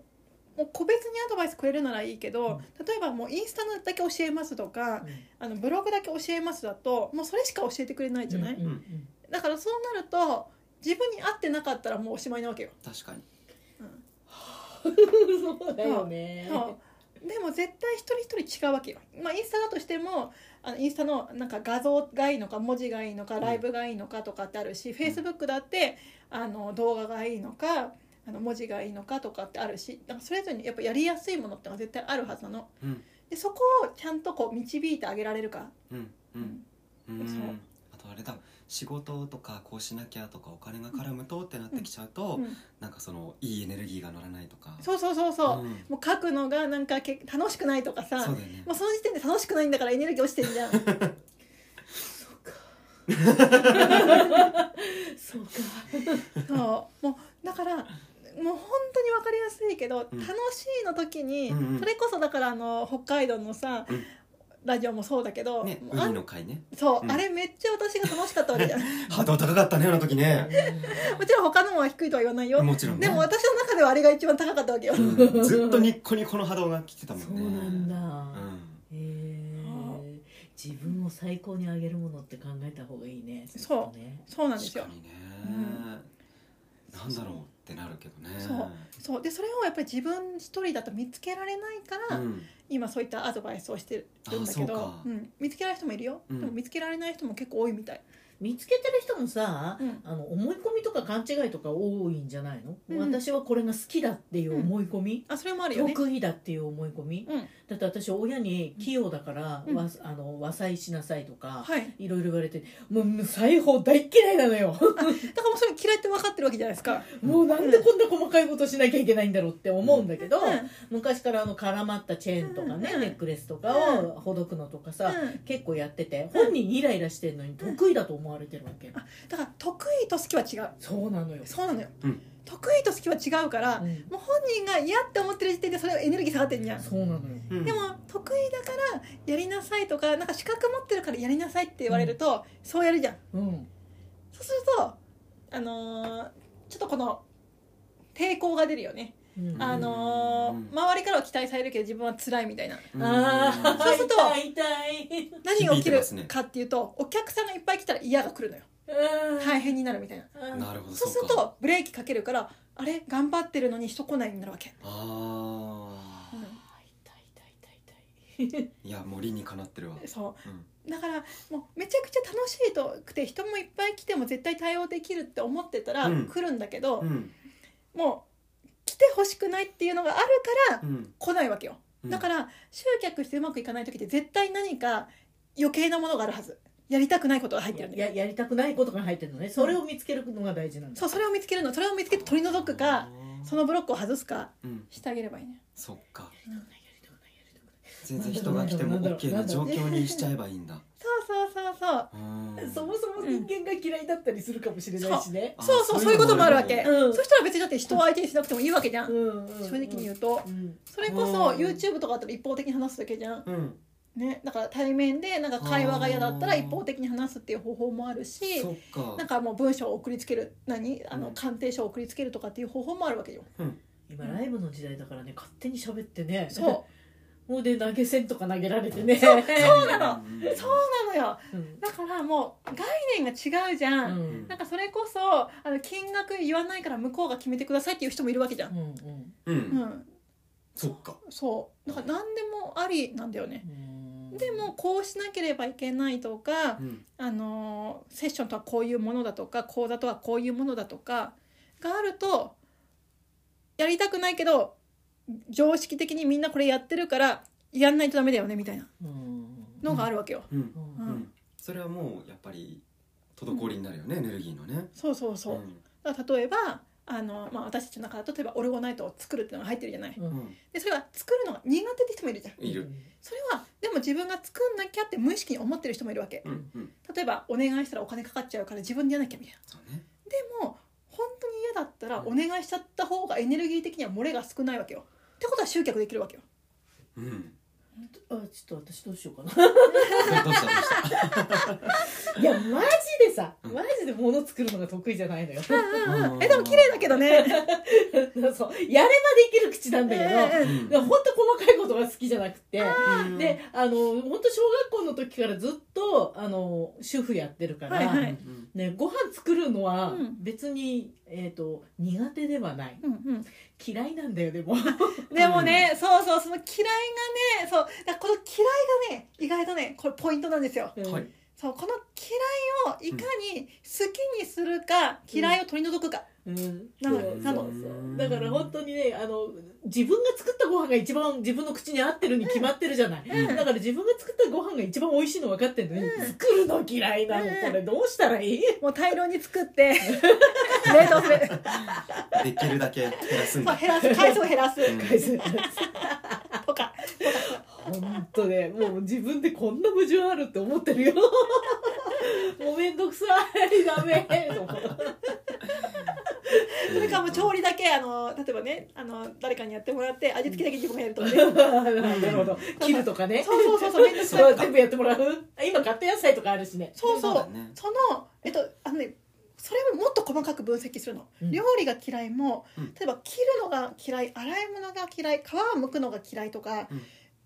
S2: もう個別にアドバイスくれるならいいけど、例えばもうインスタだけ教えますとかあのブログだけ教えますだともうそれしか教えてくれないじゃない、
S3: うんうんうん
S2: だからそうなると自分に合ってなかったらもうおしまいなわけよ、
S1: 確かに
S3: そうだよね
S2: そうでも絶対一人一人違うわけよ、まあ、インスタだとしてもあのインスタのなんか画像がいいのか文字がいいのかライブがいいのかとかってあるし、フェイスブックだってあの動画がいいのかあの文字がいいのかとかってあるしなんかそれぞれにやっぱやりやすいものってのが絶対あるはずなの、
S1: うん
S2: でそこをちゃんとこう導いてあげられるか、
S1: うんうんう
S2: そうん
S1: あとあれだ仕事とかこうしなきゃとかお金が絡むとってなってきちゃうと、
S2: うん
S1: なんかそのいいエネルギーが乗らないとか
S2: そうそうそうそう、
S1: うん
S2: もう書くのがなんかけ楽しくないとかさ
S1: そうだよね
S2: もうその時点で楽しくないんだからエネルギー落ちてるじゃん
S3: そうか
S2: そうもうだからもう本当に分かりやすいけど、
S1: うん
S2: 楽しいの時に、
S1: うんうん
S2: それこそだからあの北海道のさ、
S1: うん
S2: ラジオもそうだけど、
S1: ね
S2: もうあ
S1: 海の会ね
S2: そう、
S1: うん
S2: あれめっちゃ私が楽しかったわけじゃんも
S1: 波動高かったねあの時ね
S2: ちろん他のもは低いとは言わないよ、
S1: もちろんね
S2: でも私の中ではあれが一番高かったわけよ、
S1: うんずっとニッコニコの波動が来てたもんね
S3: そうなんだ、
S1: うん
S3: へえ自分を最高に上げるものって考えた方がいいね
S2: そ
S3: きっ
S2: う
S3: とね
S2: そうなんで
S1: 確
S2: すよ
S1: かにね、
S2: う
S1: なんだろうってなるけどね
S2: そうそうでそれをやっぱり自分一人だと見つけられないから、
S1: うん
S2: 今そういったアドバイスをしてるんだけ
S1: あそう
S2: ど
S1: か、
S2: うん、見つけられる人もいるよ、
S1: うん
S2: でも見つけられない人も結構多いみたい、
S3: 見つけてる人もさ、
S2: うん
S3: あの思い込みとか勘違いとか多いんじゃないの、
S2: うん
S3: 私はこれが好きだっていう思い込み、
S2: あそれもあるよね
S3: 得意だっていう思い込み、
S2: うん
S3: だって私親に器用だから、
S2: うん
S3: わあの和裁しなさいとか、
S2: はい
S3: いろいろ言われてもうもう裁縫大っ嫌いなのよ
S2: だからもうそれ嫌いって分かってるわけじゃないですか。
S3: もうなんでこんな細かいことしなきゃいけないんだろうって思うんだけど、
S2: うん
S3: 昔からあの絡まったチェーンとかね、
S2: うん
S3: ネックレスとかをほどくのとかさ、
S2: うん
S3: 結構やってて本人イライラしてんのに得意だと思われてるわけ、
S2: だから得意と好きは違う。
S3: そうなのよ、
S2: そうなのよ。
S1: うん
S2: 得意と好きは違うから、
S3: うん
S2: もう本人が嫌って思ってる時点でそれはエネルギー下がってんじゃん。
S3: そうなのよ、
S1: うん
S2: でも得意だからやりなさいとかなんか資格持ってるからやりなさいって言われると、そうやるじゃん。
S3: うん
S2: そうするとあのーちょっとこの抵抗が出るよね。
S3: うん
S2: あのー
S1: うん
S2: 周りからは期待されるけど自分は辛いみたいな。
S1: うん
S3: ああ、
S2: そうすると
S3: 痛い痛い。
S2: 何が起
S1: 響
S2: き
S1: いて
S2: る
S1: ますね
S2: かっていうと、お客さんがいっぱい来たら嫌が来るのよ。大変になるみたいな。
S3: うん
S1: なるほど
S2: そうする
S1: か
S2: とブレーキかけるからあれ頑張ってるのに人来ないになるわけ、
S1: あ
S2: うん
S3: あ痛い痛い痛い痛い。
S1: ーいやもう理にかなってるわ
S2: そう
S1: うん
S2: だからもうめちゃくちゃ楽しいとくて人もいっぱい来ても絶対対応できるって思ってたら
S1: うん
S2: 来るんだけど、
S1: うん
S2: もう来てほしくないっていうのがあるから
S1: うん
S2: 来ないわけよ
S1: うん
S2: だから集客してうまくいかない時って絶対何か余計なものがあるはずやりたくないことが入ってるんだ
S3: や
S2: よ
S3: やりたくないことが入ってるのね。それを見つけるのが大事なんだ。
S2: そうそれを見つけるのそれを見つけて取り除くかそのブロックを外すか
S1: うん
S2: してあげればいいね
S1: そっか
S3: やりたくないやりたくないや
S1: 全然人が来
S3: りたくない
S1: ても
S3: なんだろう
S1: OK
S3: な
S1: なん
S3: だろ
S1: 状
S3: う
S1: 況にしちゃえばいいんだ
S2: そうそうそうそう
S1: うん
S3: そもそも人間が嫌いだったりするかもしれないしね。
S1: あ
S2: そうそうそういうこともあるわけ、
S1: そう
S3: いうのもあるよねうん
S2: そしたら別にだって人を相手にしなくてもいいわけじゃん、正
S3: 正
S2: 直に言うと
S3: うん。
S2: それこそ
S1: うん
S2: YouTube とかだったら一方的に話すだけじゃん、
S1: うん
S2: ね、だから対面でなんか会話が嫌だったら
S1: うん
S2: 一方的に話すっていう方法もあるし
S1: そっか
S2: なんかもう文章を送りつける何あ
S1: う
S2: の
S1: ん
S2: 鑑定書を送りつけるとかっていう方法もあるわけよ、
S3: 今ライブの時代だからね、勝手に喋ってね。。
S2: そう
S3: もうで投げ銭とか投げられてね。
S2: そうなの
S1: ん
S2: うそうなのよ
S3: うん
S2: だからもう概念が違うじゃ、
S3: うんん
S2: なんかそれこそあの金額言わないから向こうが決めてくださいっていう人もいるわけじゃん、
S3: うんうん
S1: う
S2: うんん、
S1: そっか
S2: そうだから何でもありなんだよね
S3: うん。
S2: でもこうしなければいけないとか
S1: う、ん
S2: あのーセッションとはこういうものだとか講座とはこういうものだとかがあるとやりたくないけど常識的にみんなこれやってるからやんないとダメだよねみたいな
S3: うん。
S2: のがあるわけよ。
S1: うん
S3: うん
S2: う
S1: うんんそれはもうやっぱり滞りになるよねエネルギーのね
S2: そうそうそう、
S1: ん
S2: だから例えばあの、まあ、私たちの中だと例えばオルゴナイトを作るっていうのが入ってるじゃない
S1: うん
S2: でそれは作るのが苦手って人もいるじゃん
S1: いる。
S2: それはでも自分が作んなきゃって無意識に思ってる人もいるわけ
S1: うんうん
S2: 例えばお願いしたらお金かかっちゃうから自分でやらなきゃみたいな
S1: そうね
S2: でも本当に嫌だったらお願いしちゃった方がエネルギー的には漏れが少ないわけよってことは集客できるわけよ
S1: うん。
S3: あちょっと私どうしようかな
S1: どうしたどうした。
S3: いやマジでさマジで物作るのが得意じゃないのよ
S1: うん
S2: えでも綺麗だけどね
S3: そうやればできる口なんだけど、
S2: ええ
S3: いや本当細かいことが好きじゃなくて
S1: うん
S3: で、あの本当小学校の時からずっとあの主婦やってるから、
S2: はいはい
S1: うん
S3: ね、ご飯作るのは
S2: うん
S3: 別に、えー、と苦手ではない
S2: うんうん
S3: 嫌いなんだよでも
S2: でもね、そうそうその嫌いがねそうだからこの嫌いがね意外とねこれポイントなんですよ
S3: うん
S1: はい
S2: そうこの嫌いをいかに好きにするか、嫌いを取り除くか、
S3: うん
S2: なの
S3: そう
S2: なの
S3: そうそうだから本当にねあの自分が作ったご飯が一番自分の口に合ってるに決まってるじゃない、
S1: うん
S3: だから自分が作ったご飯が一番美味しいの分かってるのに、
S2: うん
S3: 作るの嫌いなの
S2: うん
S3: これどうしたらいい
S2: もう大量に作って冷凍する
S1: できるだけ減らすん
S2: そう
S1: だ。
S2: 減らす回数を減らす
S1: うん
S3: 返す
S2: とか
S3: 本当ねもう自分でこんな矛盾あるって思ってるよもうめんどくさいダメと思って
S2: それからもう調理だけあの例えばねあの誰かにやってもらって味付けだけ自分がやるとかね、
S3: なるほど切るとかね
S2: そうそうそうそうめん どく
S3: そ
S2: さ
S3: れ
S2: い
S3: は全部やってもらうあ今カット野菜とかあるしね
S2: そうそう
S1: そうだね
S2: そのえっとあのねそれももっと細かく分析するの、
S3: うん
S2: 料理が嫌いも
S1: うん
S2: 例えば切るのが嫌い洗い物が嫌い皮を剥くのが嫌いとか、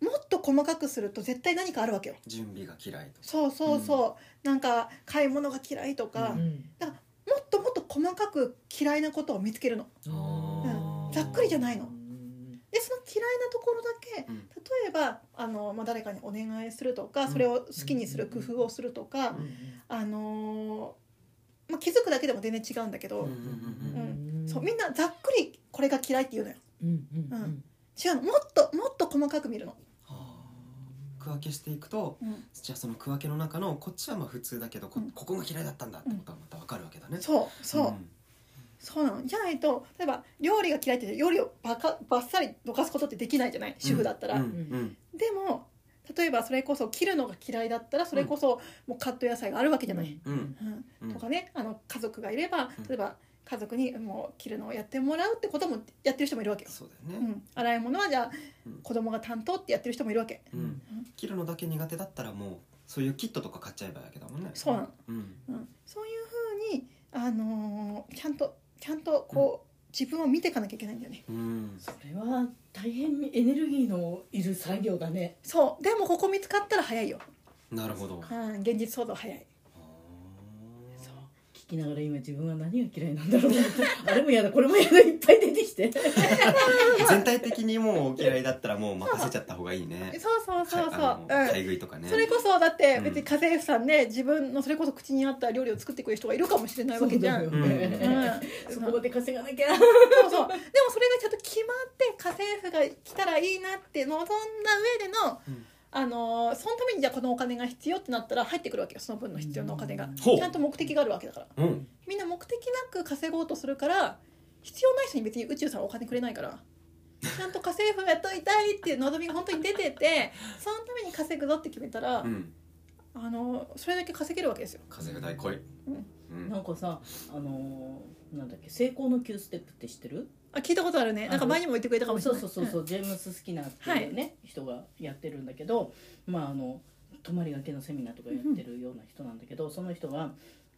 S2: もっと細かくすると絶対何かあるわけよ
S1: 準備が嫌いと。
S2: そうそうそう、なんか買い物が嫌いとか、
S1: う
S3: う
S2: も
S3: ん
S2: っともっと細かく嫌いなことを見つけるの
S1: あー
S2: ざっくりじゃないの
S3: うん
S2: でその嫌いなところだけ
S1: うん
S2: 例えばあの、まあ、誰かにお願いするとかそれを好きにする工夫をするとか、あのーまあ、気づくだけでも全然違うんだけど、
S1: うんうん
S3: うん
S2: そうみんなざっくりこれが嫌いって言うのよ
S3: うんうんう
S2: うんん違うのもっともっと細かく見るの、
S1: 区分けしていくと、じゃあその区分けの中のこっちはまあ普通だけどこ
S2: うん
S1: ここが嫌いだったんだってことはまたわかるわけだね。
S2: そうそう、
S1: ん
S2: そうなのじゃないと例えば料理が嫌いって料理をばかばっさりどかすことってできないじゃない主婦だったら、
S1: うんうん
S2: でも例えばそれこそ切るのが嫌いだったらそれこそもうカット野菜があるわけじゃない、
S1: うんうん
S2: うん
S1: うん
S2: とかねあの家族がいれば
S1: うん
S2: 例えば家族にもう切るのをやってもらうってこともやってる人もいるわけよ、
S1: そう
S2: う
S1: だよね。
S2: ん、洗い物はじゃあ
S1: うん
S2: 子供が担当ってやってる人もいるわけ
S1: うん切るのだけ苦手だったらもうそういうキットとか買っちゃえばいいわけだもんね。
S2: そうなの
S1: うん
S2: うん、そういうふうに、あのーちゃんとちゃんとこう、自分を見ていかなきゃいけないんだよね
S1: うん
S3: それは大変エネルギーのいる作業だね
S2: そうでもここ見つかったら早いよ、
S1: なるほど。
S2: うん、現実想像早い
S1: そう
S3: 聞きながら今自分は何が嫌いなんだろう あれも嫌だこれも嫌だいっぱい出てきて
S1: 全体的にもうお嫌いだったらもう任せちゃった方がいいね。
S2: そうそうそうそう、
S1: かあの買い
S2: う
S1: 食いとかね。
S2: ん、それこそだって
S1: うん
S2: 別に家政婦さんで自分のそれこそ口に合った料理を作ってくれる人がいるかもしれないわけじゃん
S3: そううんだよね
S1: うん
S3: そこで稼がなきゃ
S2: そうそうでもそれがちゃんと決まって家政婦が来たらいいなって望んだ上での、
S1: うん
S2: あのーそのためにじゃあこのお金が必要ってなったら入ってくるわけよその分の必要なお金が
S1: ほう
S2: ちゃんと目的があるわけだから
S1: うん。
S2: みんな目的なく稼ごうとするから必要ない人に別に宇宙さんはお金くれないからちゃんと家政婦やっといたいっていう望みが本当に出ててそのために稼ぐぞって決めたら、
S1: うん。
S2: あのそれだけ稼げるわけですよ。
S1: 風が大濃い。
S2: うん
S1: うん
S3: なんかさあのーなんだっけ成功の9ステップって知ってる
S2: あ聞いたことあるねなんか前にも言ってくれたかもし
S3: そ
S2: れ
S3: う
S2: ない
S3: そうそうそう、ジェームス・スキナーっていうね、人がやってるんだけどまああの泊まりがけのセミナーとかやってるような人なんだけど、その人が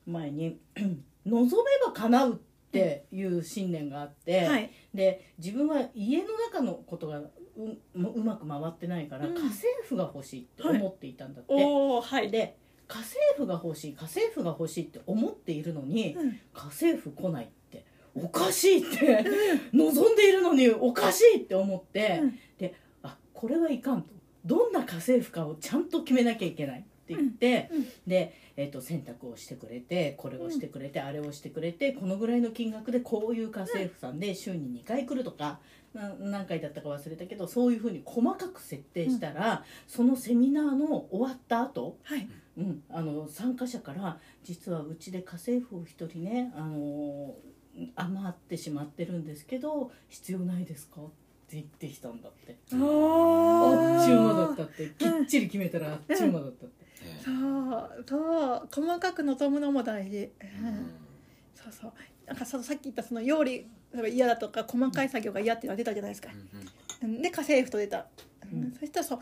S3: 前に 「望めば叶う」っていう信念があって、
S2: うんはい
S3: で自分は家の中のことがううまく回ってないから、
S2: うん
S3: 家政婦が欲しいって思っていたんだって、
S2: おおはい
S3: で家政婦が欲しい家政婦が欲しいって思っているのに、
S2: うん
S3: 家政婦来ないっておかしいって望んでいるのにおかしいって思って、
S2: うん
S3: であこれはいかんとどんな家政婦かをちゃんと決めなきゃいけないって言って、
S2: うんうん
S3: で、えっと選択をしてくれてこれをしてくれて、あれをしてくれてこのぐらいの金額でこういう家政婦さんで週に2回来るとか。な何回だったか忘れたけどそういうふうに細かく設定したら、そのセミナーの終わった後、
S2: はい
S3: うん、あの参加者から実はうちで家政婦を一人ね、あの余ってしまってるんですけど必要ないですかって言ってきたんだって
S2: お
S3: あ
S2: ー
S3: っちゅう間だったってきっちり決めたらあっちゅう間だったって、
S1: ええ
S2: そうそう細かく望むのも大事、うん
S1: うん
S2: そうそうなんかささっき言ったその料理が嫌だとか細かい作業が嫌っていうのが出たじゃないですか
S1: う、んうん
S2: で家政婦と出た、
S3: うん
S2: そしたらそう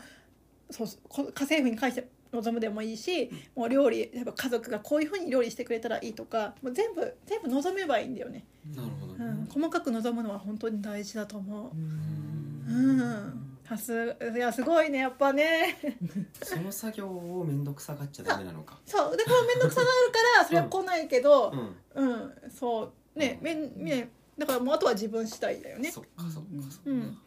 S2: そうこ家政婦に関して望むでもいいしもう料理例えば家族がこういうふうに料理してくれたらいいとかもう全部全部望めばいいんだよね、
S1: なるほど
S2: う
S1: ね
S2: ん、細かく望むのは本当に大事だと思
S3: う
S2: ううんんさすいやすごいねやっぱね
S1: その作業を面倒くさがっちゃダメなのか
S2: そうでこれ面倒くさがあるからそれは来ないけど
S1: う、ん
S2: うんそうねめんねだからもうあとは自分次第だよね
S1: そっかそっかそっか
S2: うん、だか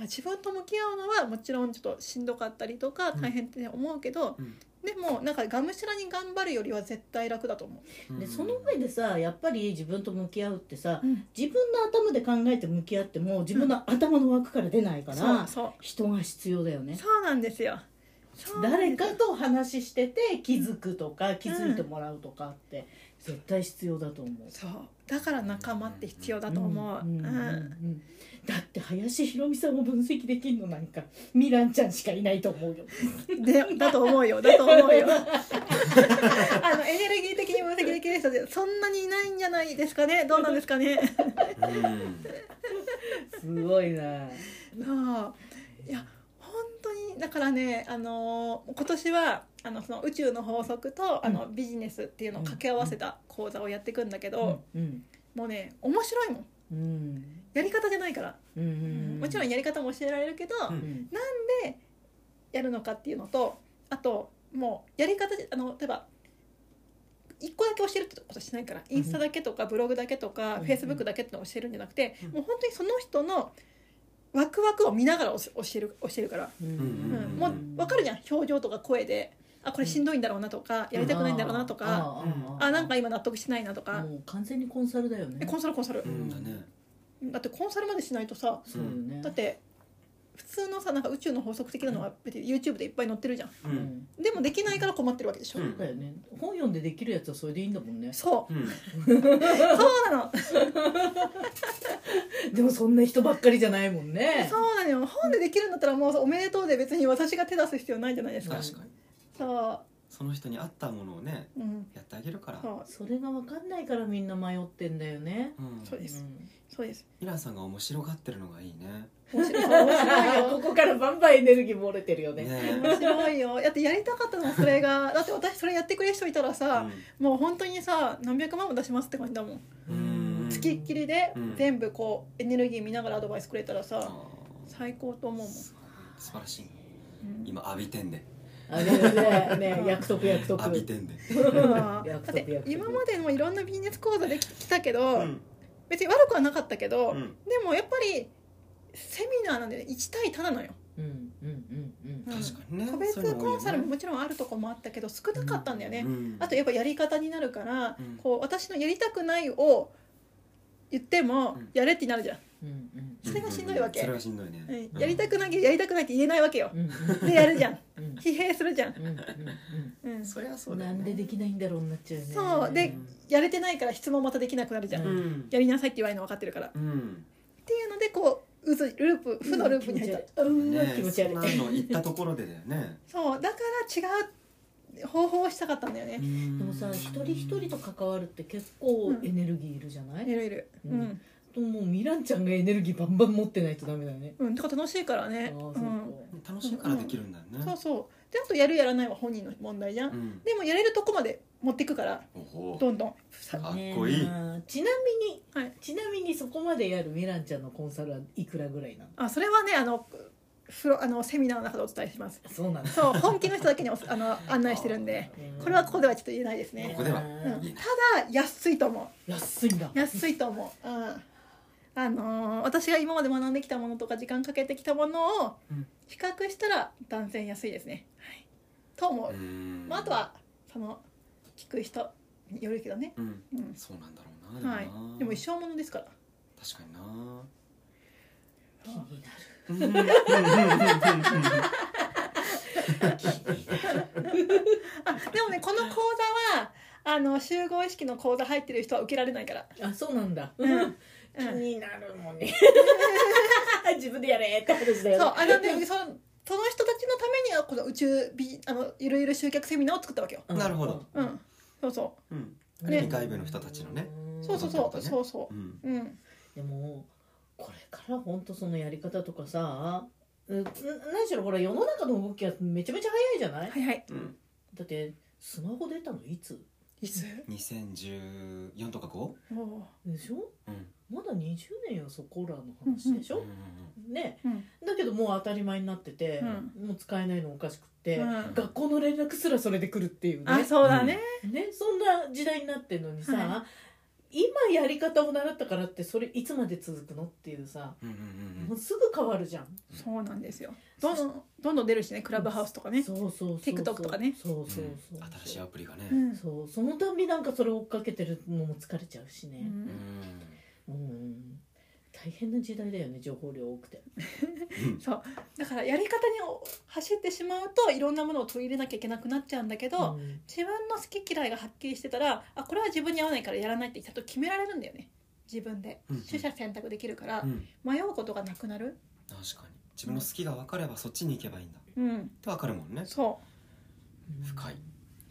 S2: ら自分と向き合うのはもちろんちょっとしんどかったりとか
S1: うん
S2: 大変って思うけど、
S1: うん
S2: でもなんかがむしゃらに頑張るよりは絶対楽だと思
S1: うん
S3: でその上でさやっぱり自分と向き合うってさ
S2: う。うん、
S3: 自分の頭で考えて向き合っても自分の頭の枠から出ないか
S2: そう
S3: ら
S2: そ
S3: 人が必要だよ
S2: う
S3: ね
S2: そうなんですよ。そうなん
S3: 誰
S2: です
S3: かと話してて気づくとか気づいてもらうとかって絶対必要だと思う。
S2: そうだから仲間って必要だと思う。うん
S3: んんんだって林弘美さんを分析できるのなんかミランちゃんしかいないと思うよ。
S2: でだと思うよだと思うよ。あのエネルギー的に分析できる人でそんなにいないんじゃないですかねどうなんですかね。
S1: うん
S3: すごいな。
S2: なあいや本当にだからねあの今年はあのその宇宙の法則とあのビジネスっていうのを掛け合わせた講座をやっていくんだけど、
S3: うん
S2: もうね面白いもん
S3: うん
S2: やり方じゃないから、
S3: うんうん。
S2: もちろんやり方も教えられるけど、
S1: うん
S3: うん
S2: やるのかっていうのとあともうやり方あの例えば一個だけ教えるってことしないからインスタだけとかブログだけとか
S3: うん
S2: フェイスブックだけってのを教えるんじゃなくて、
S1: うん
S2: もう本当にその人のワクワクを見ながら教教える教えるから。
S3: うん
S1: うん
S2: うんもう分かるじゃん表情とか声であこれしんどいんだろうなとかやりたくないんだろうなとか
S1: あ
S2: あなんか今納得してないなとか
S3: もう完全にコンサルだよ
S2: え
S3: ね。
S2: コンサルコンサル
S1: うんだね
S2: だってコンサルまでしないとさ
S3: そうよね。
S2: だって普通のさなんか宇宙の法則的なのは別に YouTube でいっぱい載ってるじゃん
S1: う
S3: うんん
S2: でもできないから困ってるわけでしょ、
S1: うん
S3: だよね。本読んでできるやつはそれでいいんだもんね。
S2: そう
S1: うん
S2: そうなの
S3: でもそんな人ばっかりじゃないもんね。
S2: そうなのよ本でできるんだったらもうおめでとうで別に私が手出す必要ないじゃないですか
S1: 確かに
S2: そ
S1: その人に合ったものをね
S2: ううん
S1: やってあげるから
S2: そう
S3: それが分かんないからみんな迷ってんだよね。
S1: うん
S2: そうですそうです
S1: イランさんが面白がってるのがいいね
S2: 面白いそう面白いよ
S3: ここからバンバンエネルギー漏れてるよね。
S1: ね
S2: 面白いよだってやりたかったのはそれがだって私それやってくれる人いたらさ、もう本当にさ何百万も出しますって感じだもん
S1: うん
S2: つきっきりで
S1: うん
S2: 全部こうエネルギー見ながらアドバイスくれたら
S1: あ
S2: さ
S1: ー
S2: 最高と思うもん、
S1: すごい素晴らしい
S2: うん
S1: 今浴びてんで
S3: あねね ね約束約束。
S1: 浴びてんで
S2: だ
S3: 約
S2: っ
S3: 束
S2: て
S3: 約束
S2: 今までもいろんなビジネス講座できたけ
S1: う
S2: ど、
S1: ん
S2: 別に悪くはなかったけど、
S1: うん
S2: でもやっぱりセミナーなんで、ね、1対多なのよ、
S3: うんうんうん
S2: うん
S1: 確かにね
S2: 個別コンサルも
S1: も
S2: もちろんあるとこもあったけど少なかったんだよね、あと
S1: や
S2: やっぱやり方になるから、
S1: うん
S2: こう私のやりたくないを言っても
S1: うん
S2: やれってなるじゃん、
S3: うんうん
S2: それがしんどいわけ
S1: それがしんどいね
S2: うんやりたくないけどやりたくないって言えないわけよ
S3: うんうん
S2: でやるじゃん
S3: うん
S2: 疲弊するじゃん、
S3: うんうん
S2: うん、
S1: そりゃ
S3: う。
S1: そうんだ
S3: な
S1: よ
S3: んで
S1: ね
S3: できないんだろうになっちゃうね。
S2: そうでやれてないから質問またできなくなるじゃん、
S3: うん
S2: やりなさいって言われるの分かってるからっ
S1: うん
S2: ていうのでこう渦ループ負のループに入っちゃう、
S3: う
S1: うん
S3: ん
S1: ね
S3: 気持ち悪
S1: そ
S3: い。
S1: んなの行ったところでだよね
S2: そうだから違う方法をしたかったんだよ ね、
S3: で
S1: で
S3: もさ一人一人と関わるって結構
S2: うん
S3: エネルギーいるじゃない、
S2: いろいろう
S3: うん
S2: ん、
S3: ともうミランちゃんがエネルギーバンバン持ってないとダメだよね。
S2: うん、だから楽しいから
S3: あ
S2: ね
S3: ー
S2: う、
S3: そうん
S1: 楽しいからできるんだよね
S2: そうそうであとやるやらないは本人の問題じゃん、
S1: うん
S2: でもやれるとこまで持っていくから
S1: おほ
S2: どんどん
S3: か
S1: かっこいい
S3: ねえちなみに、
S2: はい
S3: ちなみにそこまでやるミランちゃんのコンサルはいくらぐらいなの
S2: あそれはねあのフロあのセミナーの中でお伝えします
S3: そうなんです
S2: そう本気の人だけにおあの案内してるんでこれはここではちょっと言えないです
S1: こ
S2: ね
S1: こ、では
S2: うん、
S3: あ
S2: た
S1: いいね
S2: だ安いと思
S3: ー安いんだ
S2: う安いと思う、うんあのー私が今まで学んできたものとか時間かけてきたものを
S1: うん
S2: 比較したら断然安いですね、はい、と思
S1: う
S2: う、
S1: ん
S2: まあ、あとはその聞く人によるけどね、
S1: うん
S2: うん
S1: そうなんだろうな
S2: はい
S1: でもな、
S2: でも一生ものですから
S1: 確かにな
S3: 気にな
S1: うんうんうんうんうん
S3: る気になる
S2: あでもねこの講座はあの集合意識の講座入ってる人は受けられないから、
S3: あそうなんだ、
S2: うん
S3: 気
S2: うん
S3: になるもんね 自分でやれって話だよね
S2: そうあのねそのその人たちのために はこの宇宙美あのゆるゆる集客セミナーを作ったわけよ。
S1: なるほど
S2: うん、そうそ
S1: うん
S2: ね
S1: 外部の人たちのね
S2: そうそうそう、そうそ
S1: うん
S2: ううん
S3: でもこれから本当そのやり方とかさうんな何しろほら世の中の動きはめちゃめちゃ早いじゃない
S2: はいはい
S1: うん
S3: だってスマホ出たのいつ
S2: いつ
S1: 2014とか 5?
S2: おー
S3: でしょ
S1: うん
S3: まだ20年よそこらの話でし
S1: うん
S3: ょ
S1: うん、
S3: ね
S2: うん
S3: だけどもう当たり前になってて、もう使えないのおかしくって、
S2: うん
S3: 学校の連絡すらそれで来るっていうね
S2: あそうだね
S3: ねそんな時代になってんのにさ、
S2: は
S3: 今やり方を習ったからってそれいつまで続くのっていうさ
S1: うんうんうんう
S3: も
S1: ん
S3: うすぐ変わるじゃん。
S2: そうなんですよどんどんどんどん出るしねクラブハウスとかね
S3: そうそうそうそう
S2: TikTok とかね
S3: そうそうそう、
S1: 新しいアプリがね、
S2: うん
S3: そうそのたびなんかそれ追っかけてるのも疲れちゃうし
S2: う
S3: ね、
S1: うんん
S3: うん大変な時代だよね情報量多くて
S1: うん
S2: だからやり方にお走ってしまうといろんなものを取り入れなきゃいけなくなっちゃうんだけど、
S3: うん
S2: 自分の好き嫌いがはっきりしてたらあこれは自分に合わないからやらないってちゃんと決められるんだよね自分で
S1: うん
S2: 取捨選択できるから
S1: うん
S2: 迷うことがなくなる
S1: 確かに自分の好きが分かればそっちに行けばいいんだっ
S2: うん
S1: て分かるもんね
S2: そ
S1: 深い
S2: うん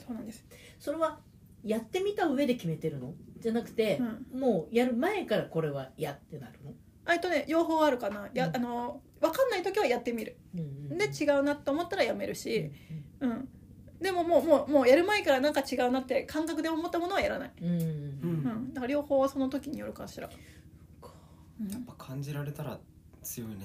S2: そうなんです、
S3: それはやってみた上で決めてるのじゃなくて
S2: う、ん、
S3: もうやる前からこれはやってなるの、
S2: あえっとね両方あるかなや、
S3: うん
S2: あの分かんない時はやってみる
S3: うんうんうん
S2: で違うなと思ったらやめる
S3: うん
S2: し、うん、でももうもうもうやる前からなんか違うなって感覚で思ったものはやらない、
S3: うん
S1: う
S2: うんん、だから両方はその時によるかしら、うん
S1: やっぱ感じられたら強いね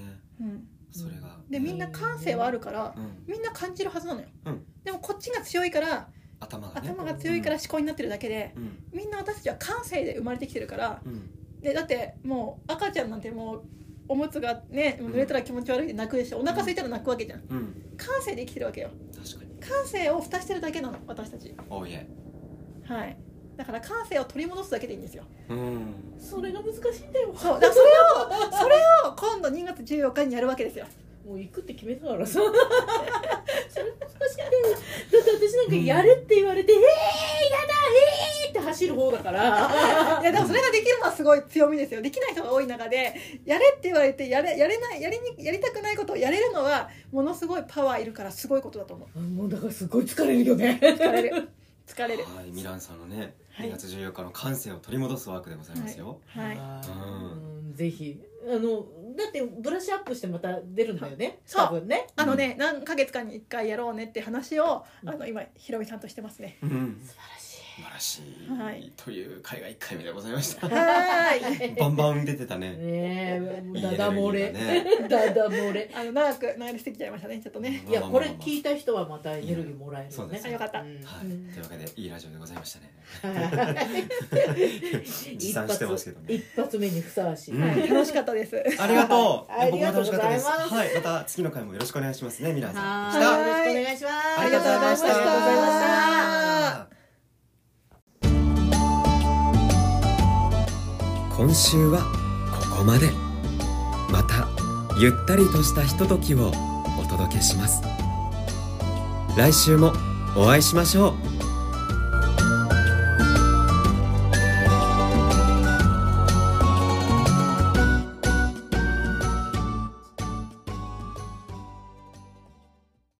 S2: うん、
S1: それが
S2: でみんな感性はあるから
S1: うん
S2: みんな感じるはずなのよ、
S1: うん
S2: でもこっちが強いから
S1: 頭がね
S2: 頭が強いから思考になってるだけで
S1: うん
S2: みんな私たちは感性で生まれてきてるから
S1: うん
S2: でだってもう赤ちゃんなんてもうおむつがね濡れたら気持ち悪いで泣くでしょお腹空いたら泣くわけじゃ
S1: う
S2: ん
S1: ん
S2: 感性で生きてるわけよ
S1: 確かに
S2: 感性を蓋してるだけなの私たち
S1: おいえ
S2: はいだから感性を取り戻すだけでいいんですよ
S1: うん
S3: それが難しいんだよ
S2: そうだからそれをそれを今度2月14日にやるわけですよ
S3: もう行くって決めたからさ それ難しいんだよだって私なんかやれって言われて、ええー、やだええー、って走る方だから
S2: いやでもそれができるのはすごい強みですよできない人が多い中でやれって言われてやれやれないやりにやりたくないことをやれるのはものすごいパワーいるからすごいことだと思う
S3: もうだからすごい疲れるよね
S2: 疲 れる疲れる
S1: はいミランさんのね
S2: はい
S1: 2月14日の感性を取り戻すワークでございますよ
S2: はい
S3: うんぜひあのだってブラッシュアップしてまた出るんだよね
S2: そう
S3: 多分ね
S2: あのね、何ヶ月間に1回やろうねって話を、
S3: うん
S2: あの今ひろみさんとしてます ね。
S1: うん
S3: 素晴らし
S1: 素晴らし
S2: はい
S1: という海外1回目でございました
S2: はーい。
S3: い
S1: バンバン出てたね
S3: ね
S1: い
S3: え
S1: いエネ
S3: ダ
S1: ルギーが
S3: ダ漏れ
S1: ね
S3: ダダ漏れ
S2: あの長く流れしてきちゃいましたね。ちょっとね。
S3: いやこれ聞いた人はまたエネルギーもらえる
S1: そう
S3: ね
S1: です
S2: あよかった
S3: うん
S1: はい、というわけでいいラジオでございましたね持
S3: 一
S1: 参してますけ
S3: 発
S1: どね
S3: 一発目にふさわしい、
S1: うん
S2: はい、楽しかったです。
S1: ありがとう、
S3: はい
S1: 僕も楽しかったです
S3: ありがとうござ
S1: はいまた次の回もよろしくお願いしますねミランさんでし
S3: はい
S1: たありが
S3: よろしくお願いします
S1: とうございました
S3: ありがとうございました
S4: 今週はここまでまたゆったりとしたひとときをお届けします来週もお会いしましょう